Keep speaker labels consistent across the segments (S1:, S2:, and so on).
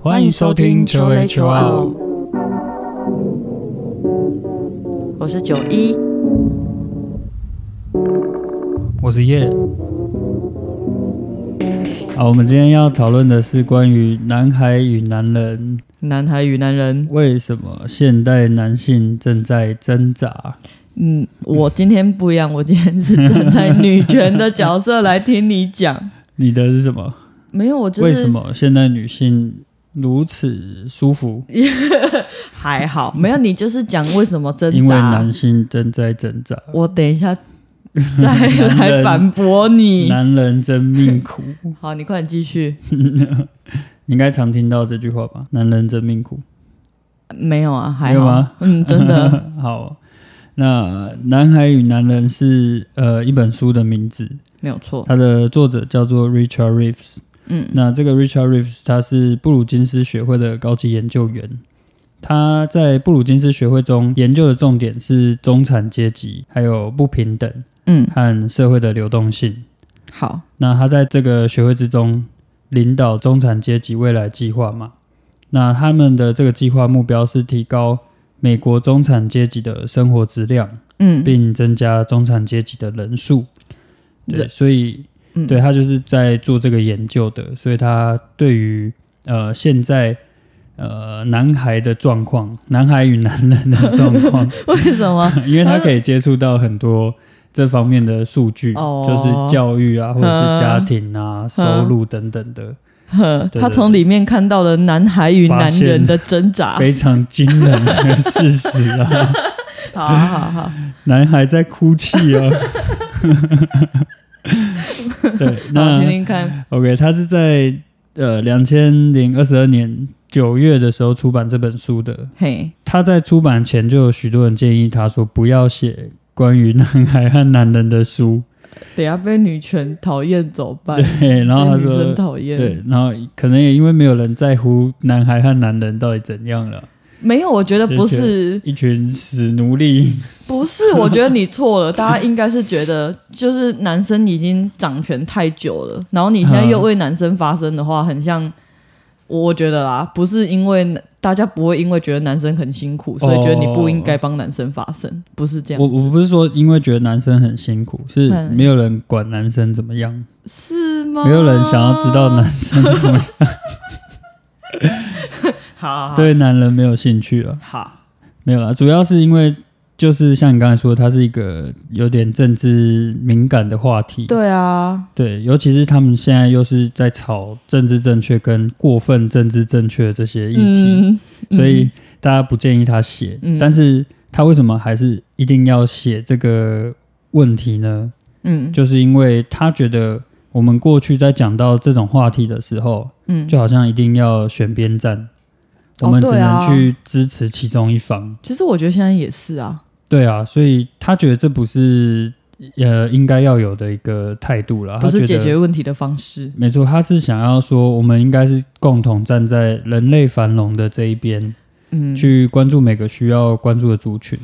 S1: 欢迎收听求雷求奥，
S2: 我是九一，
S1: 我是叶。啊，我们今天要讨论的是关于男孩与男人
S2: 男孩与男人。
S1: 为什么现代男性正在挣扎。
S2: 嗯，我今天不一样，我今天是站在女权的角色来听你讲。
S1: 你的是什么？
S2: 没有，我就是
S1: 为什么现代女性如此舒服？
S2: 还好，没有你就是讲为什么挣扎。
S1: 因为男性正在挣扎，
S2: 我等一下再来反驳你。
S1: 男人真命苦。
S2: 好，你快点继续。
S1: 你应该常听到这句话吧？男人真命苦。
S2: 没有啊，还
S1: 没有
S2: 好。
S1: 吗
S2: 嗯，真的。
S1: 好，那《男孩与男人是》呃一本书的名字，
S2: 没有错。
S1: 它的作者叫做 Richard Reeves。
S2: 嗯，
S1: 那这个 Richard Reeves 他是布鲁金斯学会的高级研究员。他在布鲁金斯学会中研究的重点是中产阶级、还有不平等
S2: 嗯，
S1: 和社会的流动性。
S2: 好。
S1: 那他在这个学会之中领导中产阶级未来计划嘛？那他们的这个计划目标是提高美国中产阶级的生活质量，
S2: 嗯，
S1: 并增加中产阶级的人数。对，
S2: 人
S1: 所以
S2: 嗯
S1: 对他就是在做这个研究的，所以他对于呃现在呃男孩的状况，男孩与男人的状 况，
S2: 为什么？
S1: 因为他可以接触到很多这方面的数据，
S2: 哦
S1: 就是教育啊，或者是家庭啊、收入等等
S2: 嗯
S1: 的，
S2: 呵
S1: 对
S2: 他
S1: 对
S2: 从
S1: 对
S2: 里面看到了男孩与
S1: 发
S2: 男
S1: 现
S2: 人的挣扎。
S1: 非常惊人的事实啊！
S2: 好好好 好，
S1: 男孩在哭泣啊。 对，
S2: 那
S1: 那
S2: 我听听看。
S1: OK，他是在呃两千零二十二年九月的时候出版这本书的。
S2: 嘿，
S1: 他在出版前就有许多人建议他说不要写关于男孩和男人的 书，
S2: 等一下被女权讨厌怎么办？
S1: 对。然后他
S2: 被女生
S1: 说，
S2: 讨厌。
S1: 对，然后可能也因为没有人在乎男孩和男人到底怎样了，
S2: 没有，我觉得
S1: 就
S2: 不
S1: 觉得
S2: 是，
S1: 一群死奴隶。
S2: 不是，我觉得你错了。 大家应该是觉得，就是男生已经掌权太久了，然后你现在又
S1: 嗯
S2: 为男生发声的话，很像。我我觉得啦，不是因为大家不会因为觉得男生很辛苦，所以觉得你不应该帮男生发声，不是这样
S1: 哦我
S2: 子。
S1: 我不是说因为觉得男生很辛苦，是
S2: 嗯
S1: 没有人管男生怎么样，
S2: 是吗？
S1: 没有人想要知道男生怎么样，
S2: 好好好
S1: 对男人没有兴趣了。
S2: 好，
S1: 没有啦，主要是因为就是像你刚才说，它是一个有点政治敏感的话题。
S2: 对啊，
S1: 对尤其是他们现在又是在吵政治正确跟过分政治正确的这些议题，
S2: 嗯，
S1: 所以大家不建议他写。
S2: 嗯
S1: 但是他为什么还是一定要写这个问题呢？
S2: 嗯，
S1: 就是因为他觉得我们过去在讲到这种话题的时候，
S2: 嗯，
S1: 就好像一定要选边站，我
S2: 哦
S1: 们只
S2: 对
S1: 能
S2: 啊
S1: 去支持其中一方。
S2: 其实我觉得现在也是啊，
S1: 对啊，所以他觉得这不是呃应该要有的一个态度了。
S2: 不是解
S1: 啊他觉
S2: 决
S1: 得
S2: 问题的方式。
S1: 没错，他是想要说，我们应该是共同站在人类繁荣的这一边，
S2: 嗯，
S1: 去关注每个需要关注的族群。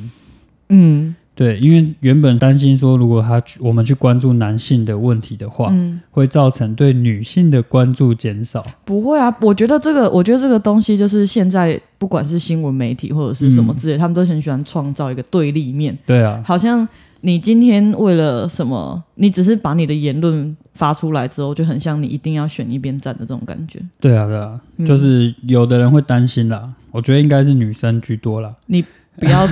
S2: 嗯
S1: 对，因为原本担心说，如果他去我们去关注男性的问题的话，
S2: 嗯，
S1: 会造成对女性的关注减少。
S2: 不会啊，我觉得这个，我觉得这个东西就是现在不管是新闻媒体或者是什么
S1: 嗯
S2: 之类，他们都很喜欢创造一个对立面，
S1: 对啊，
S2: 好像你今天为了什么，你只是把你的言论发出来之后，就很像你一定要选一边站的这种感觉。
S1: 对啊，对啊，
S2: 嗯
S1: 就是有的人会担心啦，我觉得应该是女生居多啦。
S2: 不要，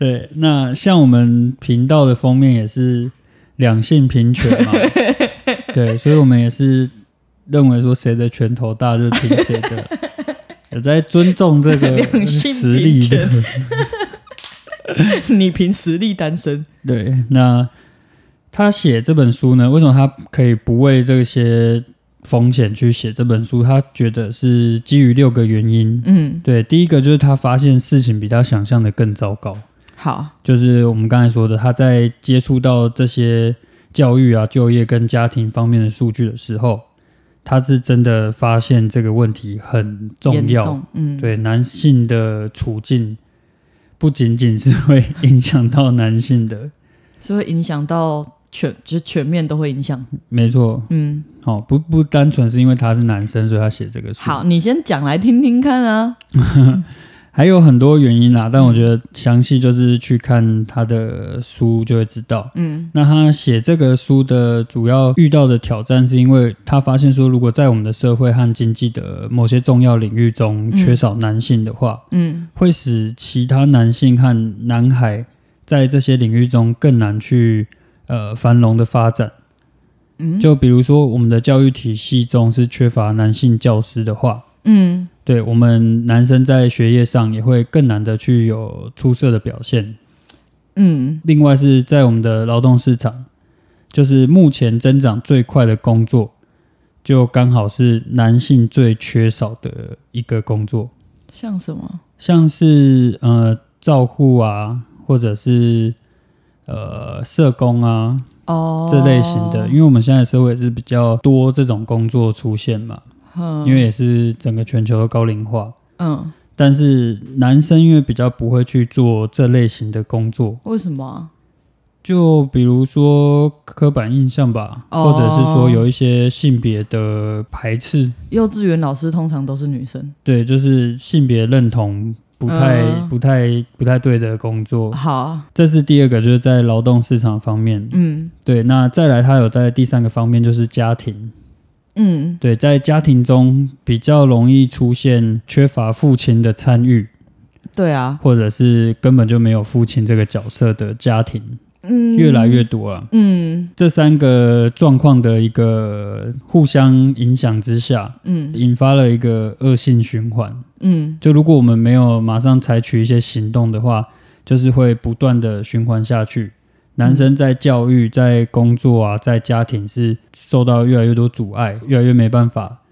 S1: 对，那像我们频道的封面也是两性平权 嘛，对，所以我们也是认为说谁的拳头大就听谁的，有在尊重这个
S2: 两性
S1: 实力的。
S2: 你凭实力单身，
S1: 对，那他写这本书呢，为什么他可以不为这些风险去写这本书？他觉得是基于六个原因。
S2: 嗯，
S1: 对，第一个就是他发现事情比他想象的更糟糕。
S2: 好，
S1: 就是我们刚才说的，他在接触到这些教育啊、就业跟家庭方面的数据的时候，他是真的发现这个问题很重
S2: 严
S1: 要。
S2: 重，嗯，
S1: 对男性的处境，不仅仅是会影响到男性的，
S2: 是会影响到全就是全面都会影响。
S1: 没错，
S2: 嗯，
S1: 好、不不单纯是因为他是男生，所以他写这个书，
S2: 好，你先讲来听听看啊。
S1: 还有很多原因啦。啊但
S2: 嗯
S1: 我觉得详细就是去看他的书就会知道。
S2: 嗯
S1: 那他写这个书的主要遇到的挑战，是因为他发现说，如果在我们的社会和经济的某些重要领域中
S2: 嗯
S1: 缺少男性的话，
S2: 嗯
S1: 会使其他男性和男孩在这些领域中更难去呃繁荣的发展。
S2: 嗯
S1: 就比如说，我们的教育体系中是缺乏男性教师的话，
S2: 嗯
S1: 对我们男生在学业上也会更难的去有出色的表现。
S2: 嗯
S1: 另外是在我们的劳动市场，就是目前增长最快的工作，就刚好是男性最缺少的一个工作，
S2: 像什么？
S1: 像是呃照护啊，或者是呃社工啊
S2: 哦，
S1: 这类型的，因为我们现在社会是比较多这种工作出现嘛，
S2: 嗯
S1: 因为也是整个全球的高龄化。
S2: 嗯，
S1: 但是男生因为比较不会去做这类型的工作，
S2: 为什么啊？
S1: 就比如说刻板印象吧，
S2: 哦
S1: 或者是说有一些性别的排斥，
S2: 幼稚园老师通常都是女生。
S1: 对，就是性别认同不太、
S2: 嗯
S1: 不太、不太对的工作。
S2: 好啊，
S1: 这是第二个，就是在劳动市场方面。
S2: 嗯
S1: 对，那再来，他有在第三个方面就是家庭，
S2: 嗯
S1: 对，在家庭中比较容易出现缺乏父亲的参与，
S2: 对啊，
S1: 或者是根本就没有父亲这个角色的家庭，
S2: 嗯，
S1: 越来越多啊。
S2: 嗯
S1: 这三个状况的一个互相影响之下，
S2: 嗯
S1: 引发了一个恶性循环。
S2: 嗯
S1: 就如果我们没有马上采取一些行动的话，就是会不断的循环下去。男生在教育、在工作啊、在家庭是受到越来越多阻碍，越来越没办法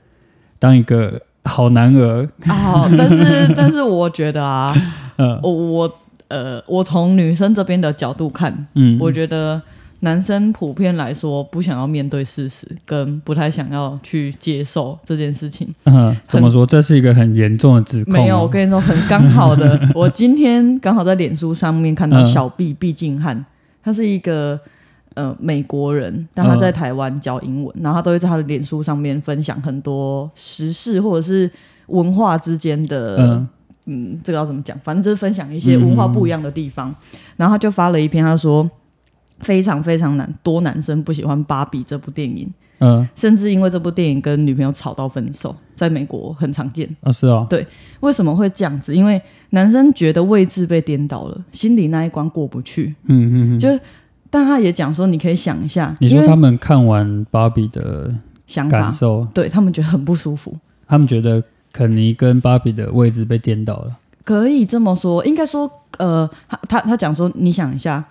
S1: 当一个好男儿。
S2: 啊，好但是 但是我觉得啊，
S1: 嗯
S2: 我我呃，我从女生这边的角度看，
S1: 嗯，
S2: 我觉得男生普遍来说不想要面对事实，跟不太想要去接受这件事情。
S1: 嗯，怎么说？这是一个很严重的指控、啊。
S2: 没有，我跟你说，很刚好的，我今天刚好在脸书上面看到
S1: 嗯
S2: 小毕毕敬汉，他是一个。呃，美国人，但他
S1: 嗯
S2: 在台湾教英文，然后他都会在他的脸书上面分享很多时事或者是文化之间的
S1: 嗯
S2: 嗯，这个要怎么讲？反正就是分享一些文化不一样的地方。然后他就发了一篇，他说非常非常难，多男生不喜欢《芭比》这部电影，
S1: 嗯，
S2: 甚至因为这部电影跟女朋友吵到分手，在美国很常见。
S1: 啊是哦，
S2: 为什么会这样子？因为男生觉得位置被颠倒了，心里那一关过不去。
S1: 嗯嗯嗯，
S2: 就但他也讲说，你可以想一下，
S1: 你说
S2: 因为
S1: 他们看完芭比的
S2: 想
S1: 感
S2: 法，
S1: 受，
S2: 对他们觉得很不舒服。
S1: 他们觉得肯尼跟芭比的位置被颠倒了。
S2: 可以这么说，应该说，呃，他他他讲说，你想一下，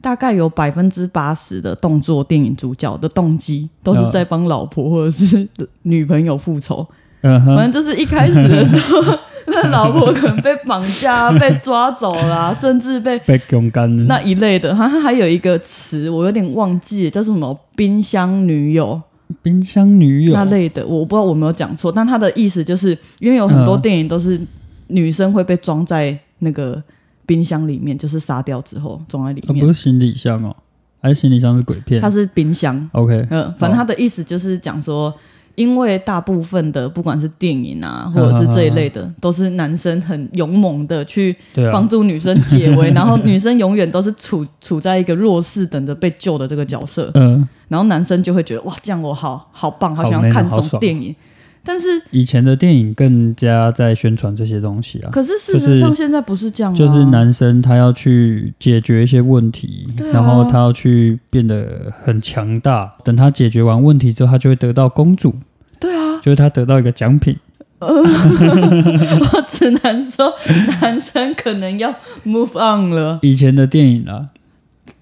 S2: 大概有百分之八十的动作电影主角的动机都是在帮老婆或者是女朋友复仇。
S1: 嗯哼，
S2: 反正就是一开始的时候，那老婆可能被绑架、被抓走啦、甚至被
S1: 被勇敢了。
S2: 那一类的。好像还有一个词，我有点忘记了叫什么“冰箱女友”。
S1: 冰箱女友
S2: 那类的，我不知道我有没有讲错，但他的意思就是因为有很多
S1: 嗯
S2: 电影都是女生会被装在那个冰箱里面，就是杀掉之后装在里
S1: 哦
S2: 面，
S1: 不是行李箱哦，还是行李箱是鬼片
S2: 它是冰箱。
S1: ？OK，
S2: 嗯，反正他的意思就是讲说，因为大部分的不管是电影
S1: 嗯
S2: 啊，或者是这一类的，都是男生很勇猛的去
S1: 对啊
S2: 帮，助女生解围，然后女生永远都是处处在一个弱势，等着被救的这个角色。
S1: 嗯、
S2: 然后男生就会觉得哇，这样我好好棒，好想
S1: 好
S2: 要
S1: man
S2: 看这
S1: 好
S2: 种
S1: 爽
S2: 电影。但是，
S1: 以前的电影更加在宣传这些东西啊。
S2: 可是事
S1: 就
S2: 实
S1: 是
S2: 上现在不是这样、啊
S1: 就是男生他要去解决一些问题，
S2: 对啊
S1: 然后他要去变得很强大。等他解决完问题之后，他就会得到公主，
S2: 对啊，
S1: 就是他得到一个奖品。
S2: 我 只能说男生可能要 move on 了。
S1: 以前的电影啊，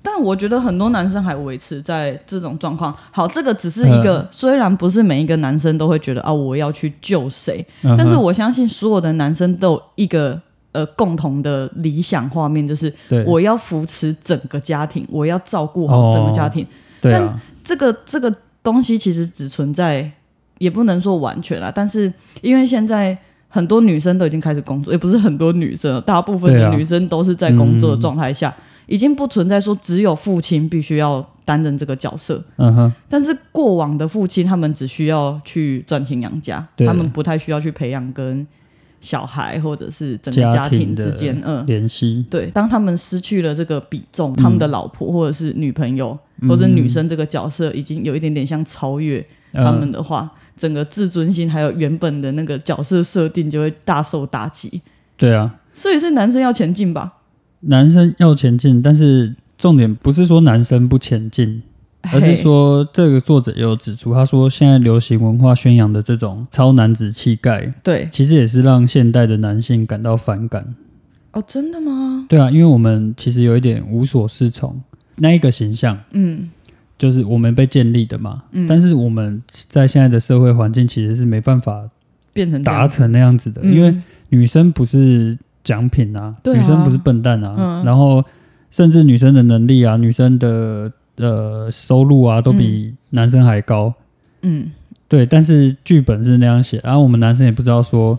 S2: 但我觉得很多男生还维持在这种状况。好，这个只是一
S1: 嗯
S2: 个，虽然不是每一个男生都会觉得啊，我要去救谁，
S1: 嗯哼
S2: 但是我相信所有的男生都有一个呃共同的理想画面，就是
S1: 对
S2: 我要扶持整个家庭，我要照顾好
S1: 哦
S2: 整个家庭。
S1: 对啊，
S2: 这个这个东西其实只存在，也不能说完全啦，但是因为现在很多女生都已经开始工作，也不是很多女生了，大部分
S1: 对
S2: 的嗯
S1: 啊
S2: 女生都是在工作的状态下，已经不存在说只有父亲必须要担任这个角色。
S1: 嗯哼，
S2: 但是过往的父亲，他们只需要去赚钱养家，
S1: 对
S2: 他们不太需要去培养跟小孩或者是整
S1: 家
S2: 个家
S1: 庭
S2: 庭
S1: 的
S2: 之间，嗯，
S1: 联系，
S2: 对。当他们失去了这个比重，他们的老
S1: 嗯
S2: 婆或者是女朋友、或者是女生这个角色，已经有一点点像超越
S1: 呃嗯
S2: 他们的话，整个自尊心还有原本的那个角色设定就会大受打击。
S1: 对啊，
S2: 所以是男生要前进吧？
S1: 男生要前进，但是重点不是说男生不前进，而是
S2: 嘿
S1: 说这个作者也有指出，他说现在流行文化宣扬的这种超男子气概，
S2: 对
S1: 其实也是让现代的男性感到反感。
S2: 哦，真的吗？
S1: 对啊，因为我们其实有一点无所适从，那一个形象
S2: 嗯，
S1: 就是我们被建立的嘛，但是我们在现在的社会环境其实是没办法
S2: 变成这样
S1: 达成那样子的，因为
S2: 嗯
S1: 女生不是奖品啊，
S2: 对啊
S1: 女生不是笨蛋啊，
S2: 嗯
S1: 然后甚至女生的能力啊，女生的呃收入啊，都比男生还高。
S2: 嗯，
S1: 对，但是剧本是那样写，然、后我们男生也不知道说，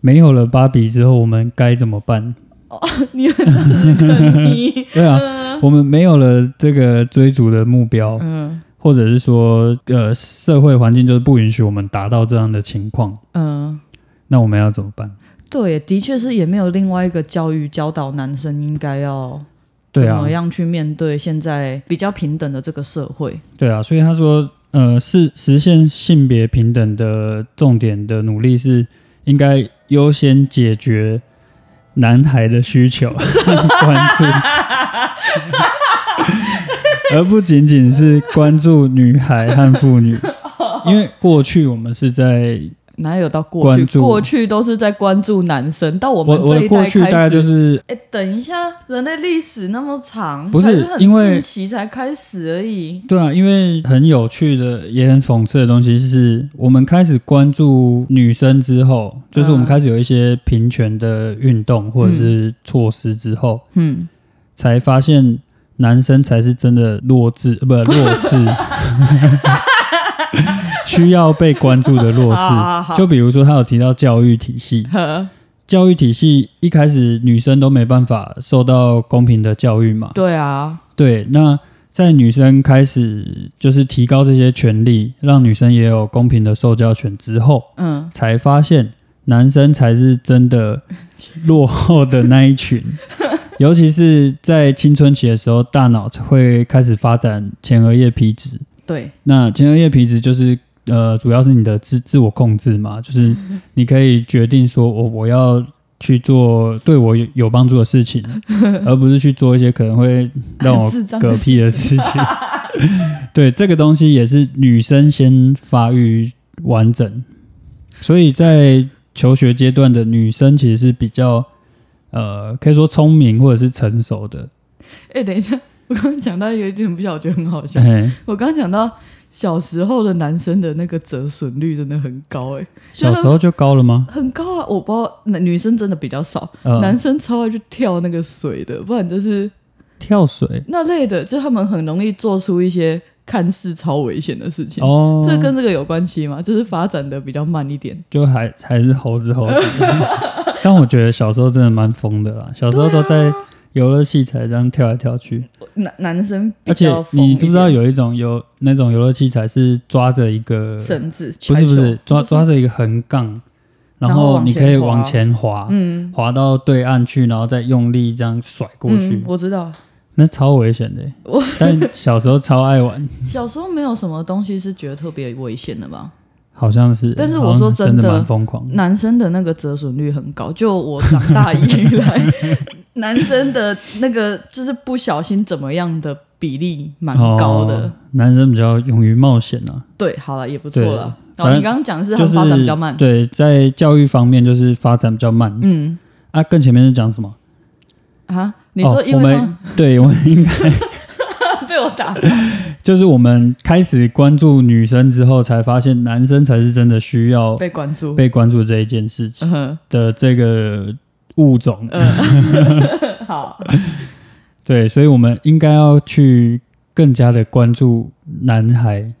S1: 没有了芭比之后我们该怎么办？
S2: 你很 你
S1: 对啊，我们没有了这个追逐的目标，
S2: 嗯
S1: 或者是说呃社会环境就是不允许我们达到这样的情况，
S2: 嗯，
S1: 那我们要怎么办？
S2: 对，的确是也没有另外一个教育教导男生应该要怎
S1: 对啊，
S2: 么样去面对现在比较平等的这个社会。
S1: 对啊，所以他说，呃，是实现性别平等的重点的努力是应该优先解决男孩的需求 关注，而不仅仅是关注女孩和妇女。因为过去我们是在
S2: 哪有到过
S1: 关
S2: 去？
S1: 注
S2: 过去都是在关注男生，到我
S1: 我
S2: 们
S1: 我
S2: 这
S1: 的
S2: 一
S1: 过
S2: 代
S1: 去大概
S2: 开
S1: 就
S2: 始。
S1: 是
S2: 哎，等一下，人类历史那么长，
S1: 不是
S2: 才很
S1: 因为
S2: 近期才开始而已。
S1: 对啊，因为很有趣的也很讽刺的东西是，我们开始关注女生之后，就是我们
S2: 嗯
S1: 开始有一些平权的运动或者是措施之后，
S2: 嗯，
S1: 才发现男生才是真的弱智，呃不 弱势，需要被关注的弱势
S2: 好好。好
S1: 就比如说，他有提到教育体系，
S2: 呵
S1: 教育体系一开始女生都没办法受到公平的教育嘛，
S2: 对啊，
S1: 对，那在女生开始就是提高这些权利，让女生也有公平的受教权之后，
S2: 嗯，
S1: 才发现男生才是真的落后的那一群。尤其是在青春期的时候，大脑会开始发展前额叶皮质。
S2: 对，
S1: 那前额叶皮质就是呃，主要是你的自自我控制嘛，就是你可以决定说我我要去做对我有有帮助的事情，而不是去做一些可能会 让我
S2: 智障的
S1: 嗝屁的事情。对，这个东西也是女生先发育完整，所以在求学阶段的女生其实是比较呃，可以说聪明或者是成熟的。
S2: 哎，等一下，我刚刚讲到有一点不小，我觉得很 好笑。
S1: 嘿
S2: 我刚刚讲到小时候的男生的那个折损率真的很高、欸，
S1: 小时候就高了吗？
S2: 很高啊！我不知道，男女生真的比较少，
S1: 呃
S2: 男，生超爱去跳那个水的，不然就是
S1: 跳水
S2: 那类的，就他们很容易做出一些看似超危险的事情。
S1: 哦，
S2: 这跟这个有关系吗？就是发展的比较慢一点。
S1: 就还还是猴子猴 子。但我觉得小时候真的蛮疯的啦，小时候都
S2: 啊
S1: 在游乐器材这样跳来跳去，
S2: 男男生比
S1: 而且
S2: 较疯一点
S1: 你知不知道有一种有那种游乐器材是抓着一个，
S2: 绳子？
S1: 呃不是
S2: 排
S1: 不
S2: 球
S1: 是抓抓着一个横杠，然
S2: 然后
S1: 后
S2: 往
S1: 你可以
S2: 前滑
S1: 往前滑，
S2: 嗯
S1: 滑到对岸去，然后再用力这样甩过去
S2: 嗯，我知道。
S1: 那超危险的
S2: 我。
S1: 但小时候超爱 玩，
S2: 小时候没有什么东西是觉得特别危险的吧？
S1: 好像是，
S2: 但是
S1: 好
S2: 我
S1: 像
S2: 说
S1: 真
S2: 真的
S1: 蛮疯狂的。
S2: 男生的那个折损率很高，就我长大以来， 男生的那个就是不小心怎么样的比例蛮高的。
S1: 哦男生比较勇于冒险啊，
S2: 对，好了，也不错了。
S1: 对
S2: 然
S1: 反
S2: 后
S1: 正
S2: 你刚刚讲的是他
S1: 就
S2: 们
S1: 是
S2: 发展比较慢，
S1: 对，在教育方面就是发展比较慢。
S2: 嗯
S1: 啊，更前面是讲什么？
S2: 啊，你说
S1: 哦
S2: 因
S1: 我
S2: 为
S1: 们哦对我 们应该
S2: 他们 被我打，
S1: 就是我们开始关注女生之后，才发现男生才是真的需要
S2: 被关注，
S1: 被关注这一件事情
S2: 嗯
S1: 的这个物种。
S2: 嗯好，
S1: 对，所以我们应该要去更加的关注男孩，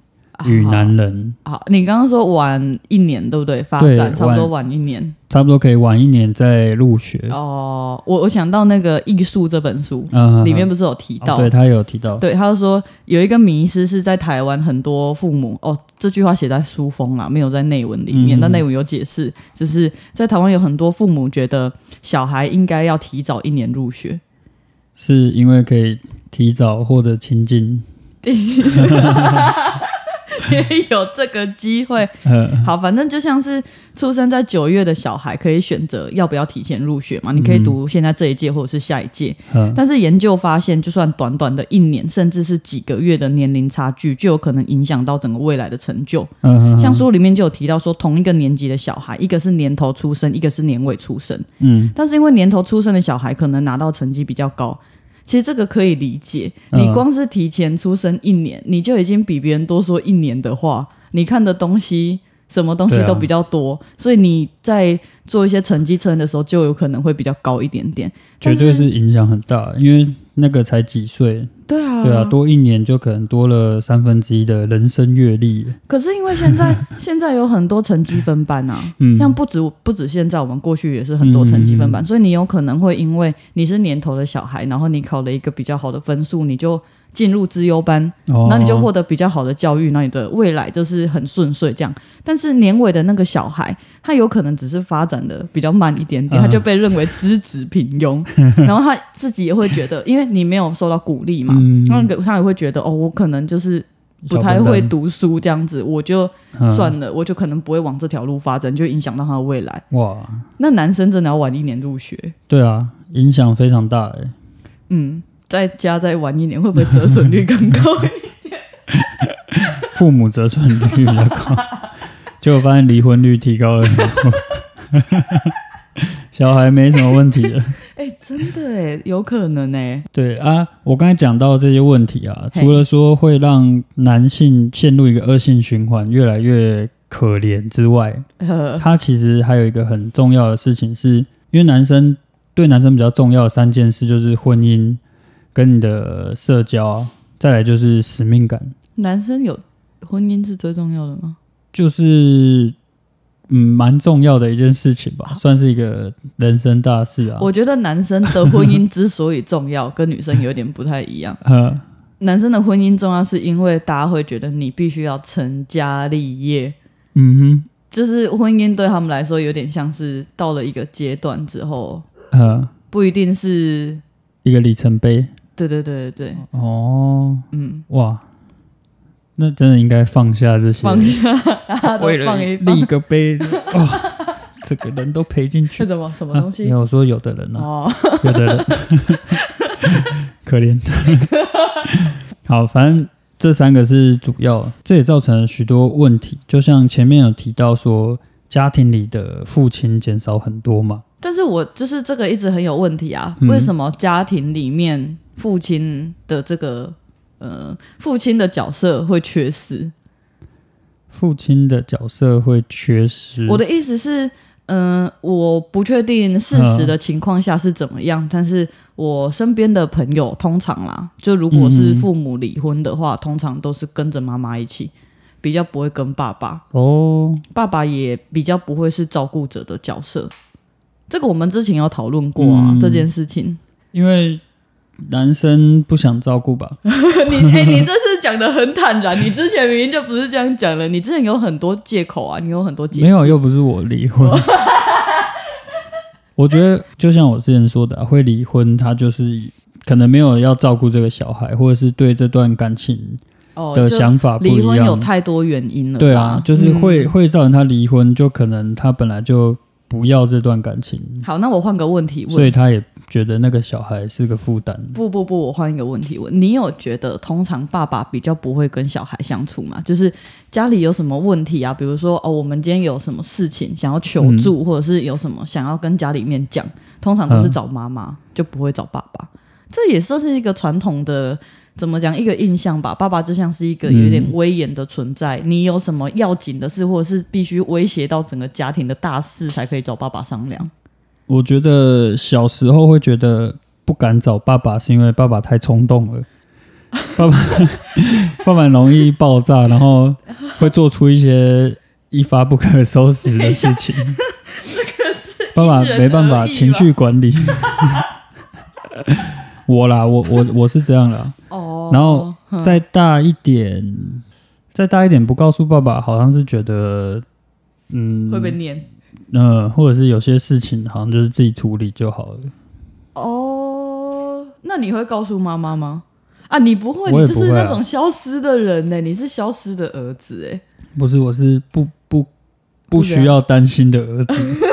S1: 与男人，
S2: 啊好，你刚刚说晚一年对不对？发
S1: 对
S2: 展差不多
S1: 晚
S2: 晚一年。
S1: 差不多可以晚一年再入学。
S2: 哦，我我想到那个《艺术》这本书，
S1: 嗯，
S2: 里面不是有提
S1: 哦
S2: 到？
S1: 对他有提到，
S2: 对，他就说有一个迷失是在台湾很多父母哦，这句话写在书封啦，没有在内文里面。
S1: 嗯
S2: 但内文有解释，就是在台湾有很多父母觉得小孩应该要提早一年入学，
S1: 是因为可以提早获得亲近。
S2: 也有这个机会。
S1: 呃，
S2: 好，反正就像是出生在九月的小孩，可以选择要不要提前入学嘛？你可以读现在这一届或者是下一届。
S1: 嗯
S2: 但是研究发现，就算短短的一年，甚至是几个月的年龄差距，就有可能影响到整个未来的成就。
S1: 嗯，
S2: 像书里面就有提到说，同一个年级的小孩，一个是年头出生，一个是年尾出生。
S1: 嗯，
S2: 但是因为年头出生的小孩可能拿到成绩比较高，其实这个可以理解。
S1: 嗯
S2: 你光是提前出生一年，你就已经比别人多说一年的话，你看的东西什么东西
S1: 对啊
S2: 都比较多，所以你在做一些成绩测验的时候，就有可能会比较高一点点。
S1: 绝对
S2: 但
S1: 是影响很大，因为那个才几岁，
S2: 对啊，
S1: 对啊，多一年就可能多了三分之一的人生阅历。
S2: 可是因为现在现在有很多成绩分班啊，
S1: 嗯
S2: 像不止不止现在，我们过去也是很多成绩分班，所以你有可能会因为你是年头的小孩，然后你考了一个比较好的分数，你就进入资优班，
S1: 哦，
S2: 那你就获得比较好的教育，那你的未来就是很顺遂这样。但是年尾的那个小孩，他有可能只是发展的比较慢一点
S1: 嗯
S2: 点，他就被认为资质平 庸，然后他自己也会觉得，因为你没有受到鼓励嘛，
S1: 嗯
S2: 那个他也会觉得哦，我可能就是不太会读书这样子，我就
S1: 嗯
S2: 算了，我就可能不会往这条路发展，就影响到他的未来。
S1: 哇，
S2: 那男生真的要晚一年入学，
S1: 对啊，影响非常大哎。
S2: 嗯，在家再晚一年，会不会折损率更 高？
S1: 父母折损率比较高， 结果发现离婚率提高了很多。小孩没什么问题了。
S2: 哎、真的哎，有可能哎，
S1: 对啊，我刚才讲到这些问题啊，
S2: 嘿
S1: 除了说会让男性陷入一个恶性循环，越来越可怜之外，
S2: 呃，
S1: 它其实还有一个很重要的事情是，因为男生对男生比较重要的三件事就是婚姻跟你的社交啊，再来就是使命感。
S2: 男生有婚姻是最重要的吗？
S1: 就是嗯蛮重要的一件事情吧，算是一个人生大事啊。
S2: 我觉得男生的婚姻之所以重要，跟女生有点不太一样。
S1: 呃，
S2: 男生的婚姻重要，是因为大家会觉得你必须要成家立业，
S1: 嗯
S2: 就是婚姻对他们来说有点像是到了一个阶段之后，
S1: 哼，呃，
S2: 不一定是
S1: 一个里程碑
S2: 对对对对对，
S1: 哦，
S2: 嗯，
S1: 哇，那真的应该放下这些，
S2: 放一下，大家 都
S1: 为了
S2: 放一
S1: 立
S2: 放，
S1: 个碑，哦，这个人都赔进去
S2: 是。什么什么东
S1: 啊
S2: 西
S1: 没？有说有的人啊，
S2: 哦，
S1: 有的人 可怜。 好，反正这三个是主要，这也造成了许多问题。就像前面有提到说，家庭里的父亲减少很多嘛，
S2: 但是我就是这个一直很有问题啊，
S1: 嗯
S2: 为什么家庭里面父亲的这个呃父亲的角色会缺失？
S1: 父亲的角色会缺失。
S2: 我的意思是，嗯、我不确定事实的情况下是怎么样，但是我身边的朋友通常啦，就如果是
S1: 嗯
S2: 父母离婚的话，通常都是跟着妈妈一起，比较不会跟爸爸，
S1: 哦，
S2: 爸爸也比较不会是照顾者的角色。这个我们之前有讨论过啊，
S1: 嗯
S2: 这件事情。
S1: 因为男生不想照顾吧？
S2: 你哎、你这次讲的很坦然，你之前明明就不是这样讲了，你之前有很多借口啊，你有很多借口。
S1: 没有，又不是我离婚。 我觉得就像我之前说的啊、会离婚，他就是可能没有要照顾这个小孩，或者是对这段感情
S2: 哦，
S1: 的
S2: 就
S1: 想法不
S2: 离
S1: 一
S2: 婚有
S1: 样。
S2: 太多原因了吧。
S1: 对啊，就是
S2: 嗯
S1: 会、会造成他离婚，就可能他本来就不要这段感情，
S2: 嗯好，那我换个问题问。
S1: 所以他也觉得那个小孩是个负担。
S2: 不不不，我换一个问题问。你有觉得通常爸爸比较不会跟小孩相处吗？就是家里有什么问题啊？比如说哦，我们今天有什么事情想要求助，或者是有什么想要跟家里面讲，通常都是找妈妈，就不会找爸爸。这也算是一个传统的。怎么讲一个印象吧，爸爸就像是一个有点威严的存在。你有什么要紧的事，或者是必须威胁到整个家庭的大事，才可以找爸爸商量。
S1: 我觉得小时候会觉得不敢找爸爸，是因为爸爸太冲动了。爸 爸爸爸很容易爆炸，然后会做出一些一发不可收拾的事 情。爸爸没办法情绪管理。 我啦，我我我是这样啦，
S2: 哦，
S1: 然后再大一点，再大一点不告诉爸爸，好像是觉得，嗯，
S2: 会被念
S1: 呃，或者是有些事情好像就是自己处理就好了。
S2: 哦。那你会告诉妈妈吗？啊，你不会，
S1: 我也
S2: 你就
S1: 不
S2: 是
S1: 会啊
S2: 那种消失的人呢、你是消失的儿子哎、
S1: 不是，我是不不不需要担心的儿子。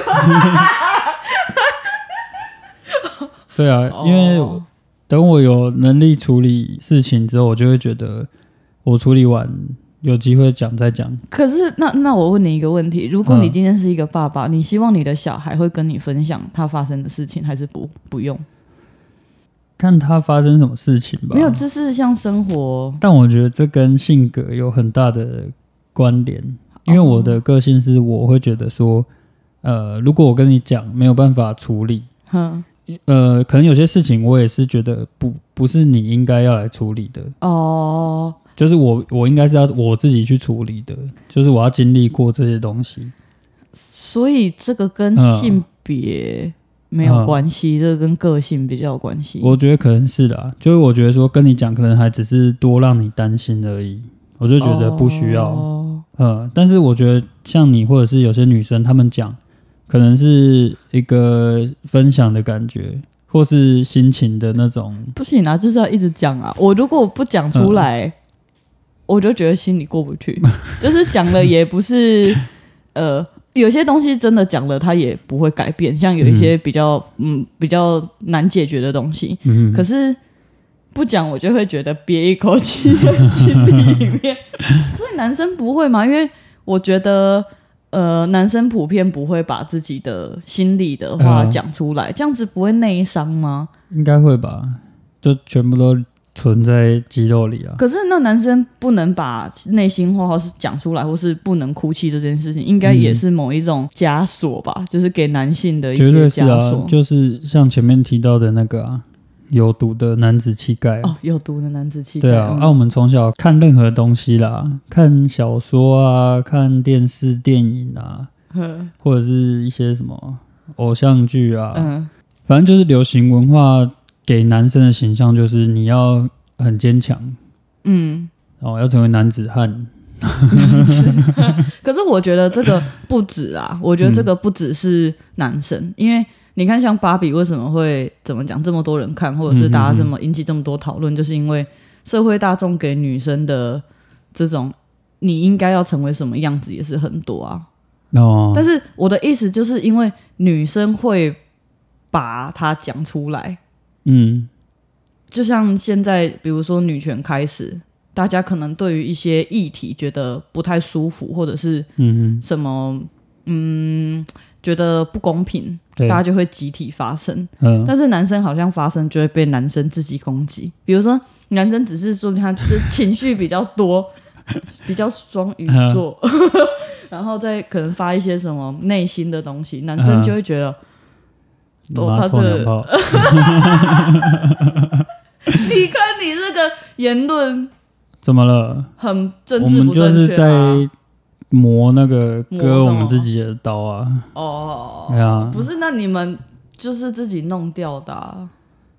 S1: 对啊，因为
S2: 哦
S1: 等我有能力处理事情之后，我就会觉得我处理完有机会讲再讲。
S2: 可是那那我问你一个问题：如果你
S1: 嗯
S2: 今天是一个爸爸，你希望你的小孩会跟你分享他发生的事情，还是不不用？
S1: 看他发生什么事情吧。
S2: 没有，就是像生活
S1: 但我觉得这跟性格有很大的关联，因为我的个性是我会觉得说，呃，如果我跟你讲没有办法处理，
S2: 哼
S1: 呃，可能有些事情我也是觉得不不是你应该要来处理的，
S2: 哦，
S1: 就是我我应该是要我自己去处理的，就是我要经历过这些东西。
S2: 所以这个跟
S1: 嗯
S2: 性别没有
S1: 嗯
S2: 关系，这个跟个性比较有关系。
S1: 我觉得可能是啦，就是我觉得说跟你讲，可能还只是多让你担心而已，我就觉得不需要。
S2: 哦
S1: 呃，但是我觉得像你或者是有些女生，她们讲可能是一个分享的感觉，或是心情的那种。
S2: 不行啊，就是要一直讲啊。我如果不讲出来，
S1: 嗯
S2: 我就觉得心里过不去。 就是讲了也不是， 呃，有些东西真的讲了，它也不会改变。像有一些比较，嗯比较难解决的东西，
S1: 嗯，
S2: 可是不讲，我就会觉得憋一口气在心里面。 所以男生不会嘛？因为我觉得。呃，男生普遍不会把自己的心里的话
S1: 嗯
S2: 讲出来，这样子不会内伤吗？
S1: 应该会吧，就全部都存在肌肉里啊。
S2: 可是那男生不能把内心话或是讲出来，或是不能哭泣这件事情，应该也是某一种枷锁吧？就是给男性的
S1: 嗯
S2: 一
S1: 绝
S2: 些
S1: 对是
S2: 枷锁
S1: 啊。，就是像前面提到的那个啊，有毒的男子气概、啊
S2: 哦，有毒的男子气概。
S1: 对啊，
S2: 嗯
S1: 啊，我们从小看任何东西啦，看小说啊，看电视、电影啊，
S2: 嗯
S1: 或者是一些什么偶像剧啊，
S2: 嗯
S1: 反正就是流行文化给男生的形象就是你要很坚强，
S2: 嗯。
S1: 哦，要成为男子汉。
S2: 可是我觉得这个不 止啊，我觉得这个不只是男生，
S1: 嗯
S2: 因为你看，像芭比为什么会怎么讲这么多人看，或者是大家这么引起这么多讨论，就是因为社会大众给女生的这种你应该要成为什么样子也是很多啊。
S1: 哦，
S2: 但是我的意思就是因为女生会把它讲出来，
S1: 嗯，
S2: 就像现在，比如说女权开始，大家可能对于一些议题觉得不太舒服，或者是
S1: 嗯嗯，
S2: 什么，嗯，觉得不公平，
S1: 对
S2: 大，家就会集体发声。
S1: 嗯，
S2: 但是男生好像发声就会被男生自己攻击，比如说男生只是说他就是情绪比较多， 比较双鱼座，
S1: 嗯
S2: 然后再可能发一些什么内心的东西，男生就会觉得、哦
S1: 妈
S2: 他
S1: 臭
S2: 这
S1: 娘 炮，嗯
S2: 你看你这个言论
S1: 怎么了？
S2: 很政
S1: 我
S2: 治
S1: 们
S2: 不
S1: 就
S2: 正
S1: 是
S2: 确
S1: 在
S2: 啊。
S1: 磨那个
S2: 磨
S1: 割我
S2: 什么
S1: 们自己的刀啊，
S2: 哦，
S1: 对啊，
S2: 不是，那你们就是自己弄掉的啊、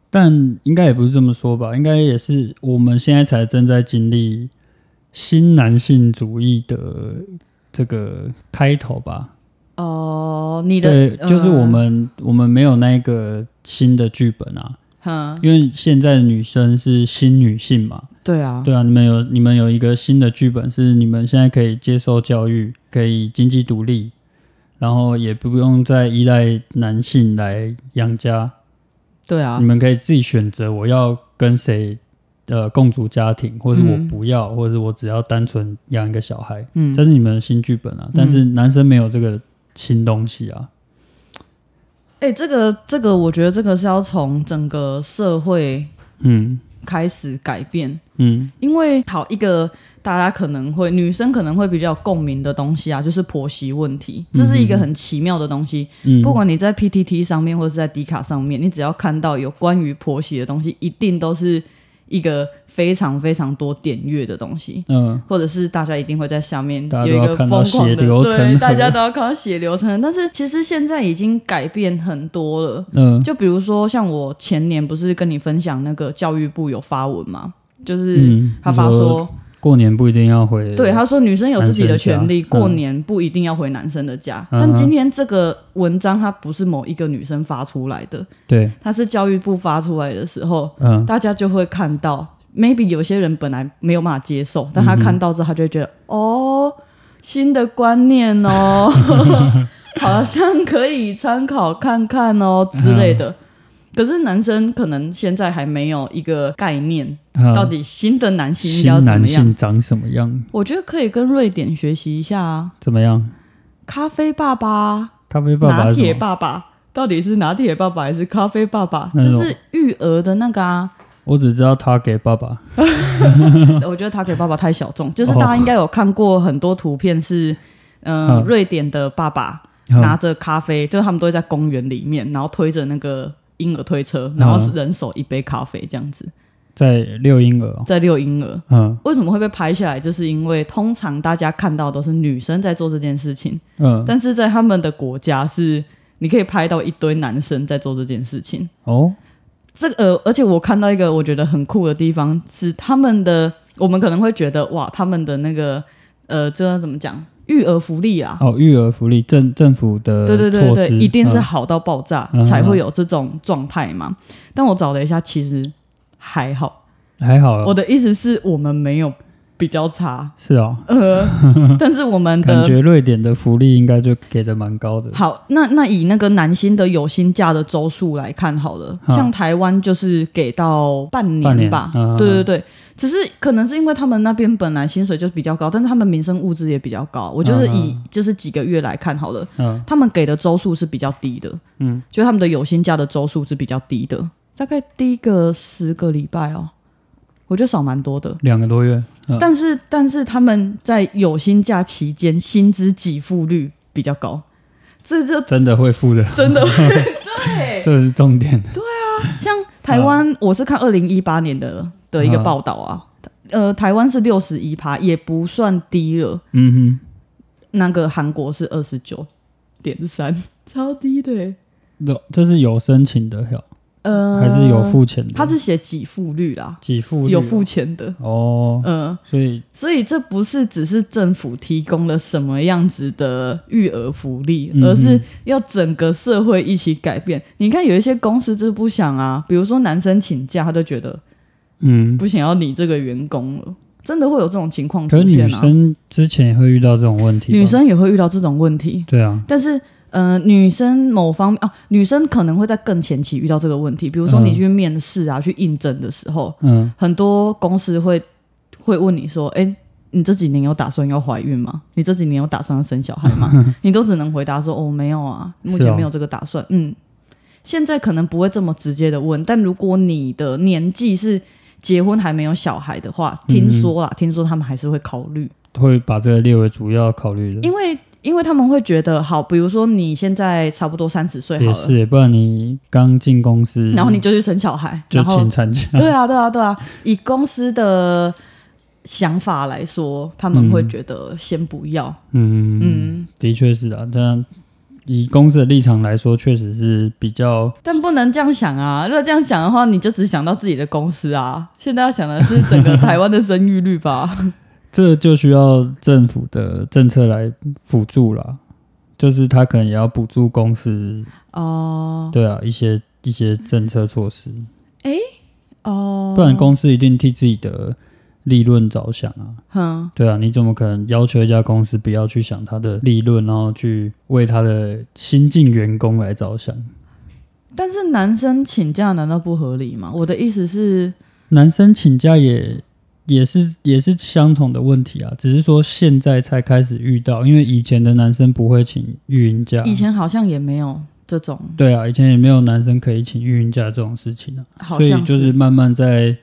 S1: 但应该也不是这么说吧，应该也是我们现在才正在经历新男性主义的这个开头吧。
S2: 哦，你的
S1: 对，就是我，
S2: 嗯
S1: 们、我们没有那一个新的剧本啊，
S2: 哼，
S1: 因为现在的女生是新女性嘛，
S2: 对啊，
S1: 对啊，你们有你们有一个新的剧本是你们现在可以接受教育，可以经济独立，然后也不用再依赖男性来养家，
S2: 对啊
S1: 你，们可以自己选择我要跟谁呃共组家庭，或是我
S2: 嗯
S1: 不要，或者是我只要单纯养一个小孩，
S2: 嗯
S1: 这是你们的新剧本啊。但是男生没有这个新东西啊，
S2: 哎、这个这个，我觉得这个是要从整个社会
S1: 嗯
S2: 开始改变，
S1: 嗯
S2: 因为好一个大家可能会女生可能会比较有共鸣的东西啊，就是婆媳问题，这是一个很奇妙的东西。
S1: 嗯，
S2: 不管你在 PTT 上面或者是在迪卡上面，你只要看到有关于婆媳的东西，一定都是一个非常非常多点阅的东西，
S1: 嗯，
S2: 或者是大家一定会在下面
S1: 大家
S2: 有
S1: 都
S2: 一
S1: 要
S2: 个
S1: 看
S2: 疯
S1: 到
S2: 狂
S1: 血
S2: 的，
S1: 流成
S2: 对，
S1: 河
S2: 大家都要看到血流成河。但是其实现在已经改变很多了，
S1: 嗯，
S2: 就比如说像我前年不是跟你分享那个教育部有发文嘛，就是
S1: 嗯，
S2: 他发
S1: 你
S2: 说，
S1: 过年不一定要回，
S2: 对，他说女生有自己的权利，
S1: 男生家
S2: 过年不一定要回男生的家。
S1: 嗯
S2: 但今天这个文章它不是某一个女生发出来的，
S1: 对，
S2: 它是教育部发出来的时候，
S1: 嗯，
S2: 大家就会看到，maybe 有些人本来没有办法接受，但他
S1: 嗯
S2: 看到之后，他就会觉得、哦，新的观念哦， 好像可以参考看看哦之类
S1: 嗯
S2: 的。可是男生可能现在还没有一个概念，
S1: 嗯
S2: 到底新的男性应该要
S1: 新
S2: 怎
S1: 男
S2: 么样？
S1: 性长什么样？
S2: 我觉得可以跟瑞典学习一下啊，
S1: 怎么样？
S2: 咖啡爸爸、
S1: 咖啡爸爸
S2: 拿
S1: 是
S2: 铁
S1: 什么？
S2: 爸爸，到底是拿铁爸爸还是咖啡爸爸？
S1: 那
S2: 就
S1: 种
S2: 是育儿的那个啊。
S1: 我只知道他给爸爸，
S2: 我觉得他给爸爸太小众，就是大家应该有看过很多图片是，嗯、
S1: 嗯
S2: 瑞典的爸爸
S1: 嗯
S2: 拿着咖啡，就是他们都会在公园里面，然后推着那个婴儿推车，然后是人手一杯咖啡这样子
S1: 在遛婴儿哦，
S2: 在遛婴儿。
S1: 嗯
S2: 为什么会被拍下来？就是因为通常大家看到都是女生在做这件事情，
S1: 嗯，
S2: 但是在他们的国家是你可以拍到一堆男生在做这件事情。
S1: 哦，
S2: 这个、呃，而且我看到一个我觉得很酷的地方是他们的，我们可能会觉得哇，他们的那个呃，这要怎么讲？育儿福利啊，
S1: 哦，育儿福利政政府的
S2: 对对对
S1: 呃措
S2: 对，
S1: 施
S2: 一定是
S1: 嗯
S2: 好到爆炸、
S1: 嗯
S2: 才会有这种状态嘛。但我找了一下，其实还好。
S1: 还好
S2: 我
S1: 哦，
S2: 的意思是我们没有比较差，
S1: 是哦，
S2: 呃，但是我们
S1: 感
S2: 的
S1: 觉瑞典的福利应该就给的蛮高的，
S2: 好，那那以那个男星的有薪假的周数来看好了，
S1: 嗯
S2: 像台湾就是给到半
S1: 半年
S2: 年吧，
S1: 嗯嗯嗯
S2: 对对对，只是可能是因为他们那边本来薪水就比较高，但是他们民生物资也比较高，我就是
S1: 嗯嗯
S2: 以就是几个月来看好了，
S1: 嗯
S2: 他们给的周数是比较低的，
S1: 嗯，
S2: 就他们的有薪假的周数是比较低的，大概低个十个礼拜哦，我觉得少蛮多的。
S1: 两个多月，嗯
S2: 但是，但是他们在有薪假期间，薪资给付率比较高，这就
S1: 真的会付的，
S2: 真的会对。
S1: 这是重点，
S2: 欸像台湾，我是看二零一八年的的一个报道啊，呃，台湾是六十一趴，也不算低了。
S1: 嗯
S2: 那个韩国是二十九点三， 超低的欸。
S1: 哼，有这是有申请的票，
S2: 呃，
S1: 还是有，付钱的？
S2: 他是写给付率啦，
S1: 几付率
S2: 有付钱的。
S1: 哦，
S2: 嗯、呃，
S1: 所以
S2: 所以这不是只是政府提供了什么样子的育儿福利，
S1: 嗯哼
S2: 而是要整个社会一起改变。你看，有一些公司就是不想啊，比如说男生请假，他就觉得
S1: 嗯，
S2: 不想要理这个员工了，真的会有这种情况
S1: 可
S2: 出
S1: 是
S2: 现
S1: 女
S2: 啊。
S1: 生之前也会遇到这种问题吧，
S2: 女生也会遇到这种问题，
S1: 对啊，
S2: 但是呃，女生某方面啊，女生可能会在更前期遇到这个问题，比如说
S1: 嗯
S2: 你去面试啊、去应征的时候，
S1: 嗯，
S2: 很多公司会会问你说，哎、你这几年有打算要怀孕吗？你这几年有打算要生小孩 吗？你都只能回答说，哦，没有啊，目
S1: 是
S2: 前
S1: 哦
S2: 没有这个打算。嗯，现在可能不会这么直接的问，但如果你的年纪是结婚还没有小孩的话，
S1: 嗯
S2: 听说啦，听说他们还是会考虑，
S1: 会把这个列为主要考虑的，
S2: 因为因为他们会觉得，好，比如说你现在差不多三十岁
S1: 也
S2: 好了，
S1: 是，不然你刚进公司，
S2: 然后你就去生小孩，
S1: 就
S2: 然后
S1: 请产 假，
S2: 对啊，对啊，对啊。以公司的想法来说，他们会觉得先不要。
S1: 嗯，
S2: 嗯，
S1: 的确是啊，这样以公司的立场来说，确实是比较
S2: 但不能这样想啊！如果这样想的话，你就只想到自己的公司啊。现在要想的是整个台湾的生育率吧。
S1: 这就需要政府的政策来辅助啦，就是他可能也要补助公司，
S2: 哦
S1: 对啊，一些一些政策措施，
S2: 哦，
S1: 不然公司一定替自己的利润着想啊，
S2: 哼，
S1: 对啊，你怎么可能要求一家公司不要去想它的利润，然后去为他的新进员工来着想？
S2: 但是男生请假难道不合理吗？我的意思是，
S1: 男生请假也也是也是相同的问题啊，只是说现在才开始遇到，因为以前的男生不会请育婴假，
S2: 以前好像也没有这种，
S1: 对啊，以前也没有男生可以请育婴假这种事情啊，
S2: 好
S1: 所以
S2: 像
S1: 就是慢慢在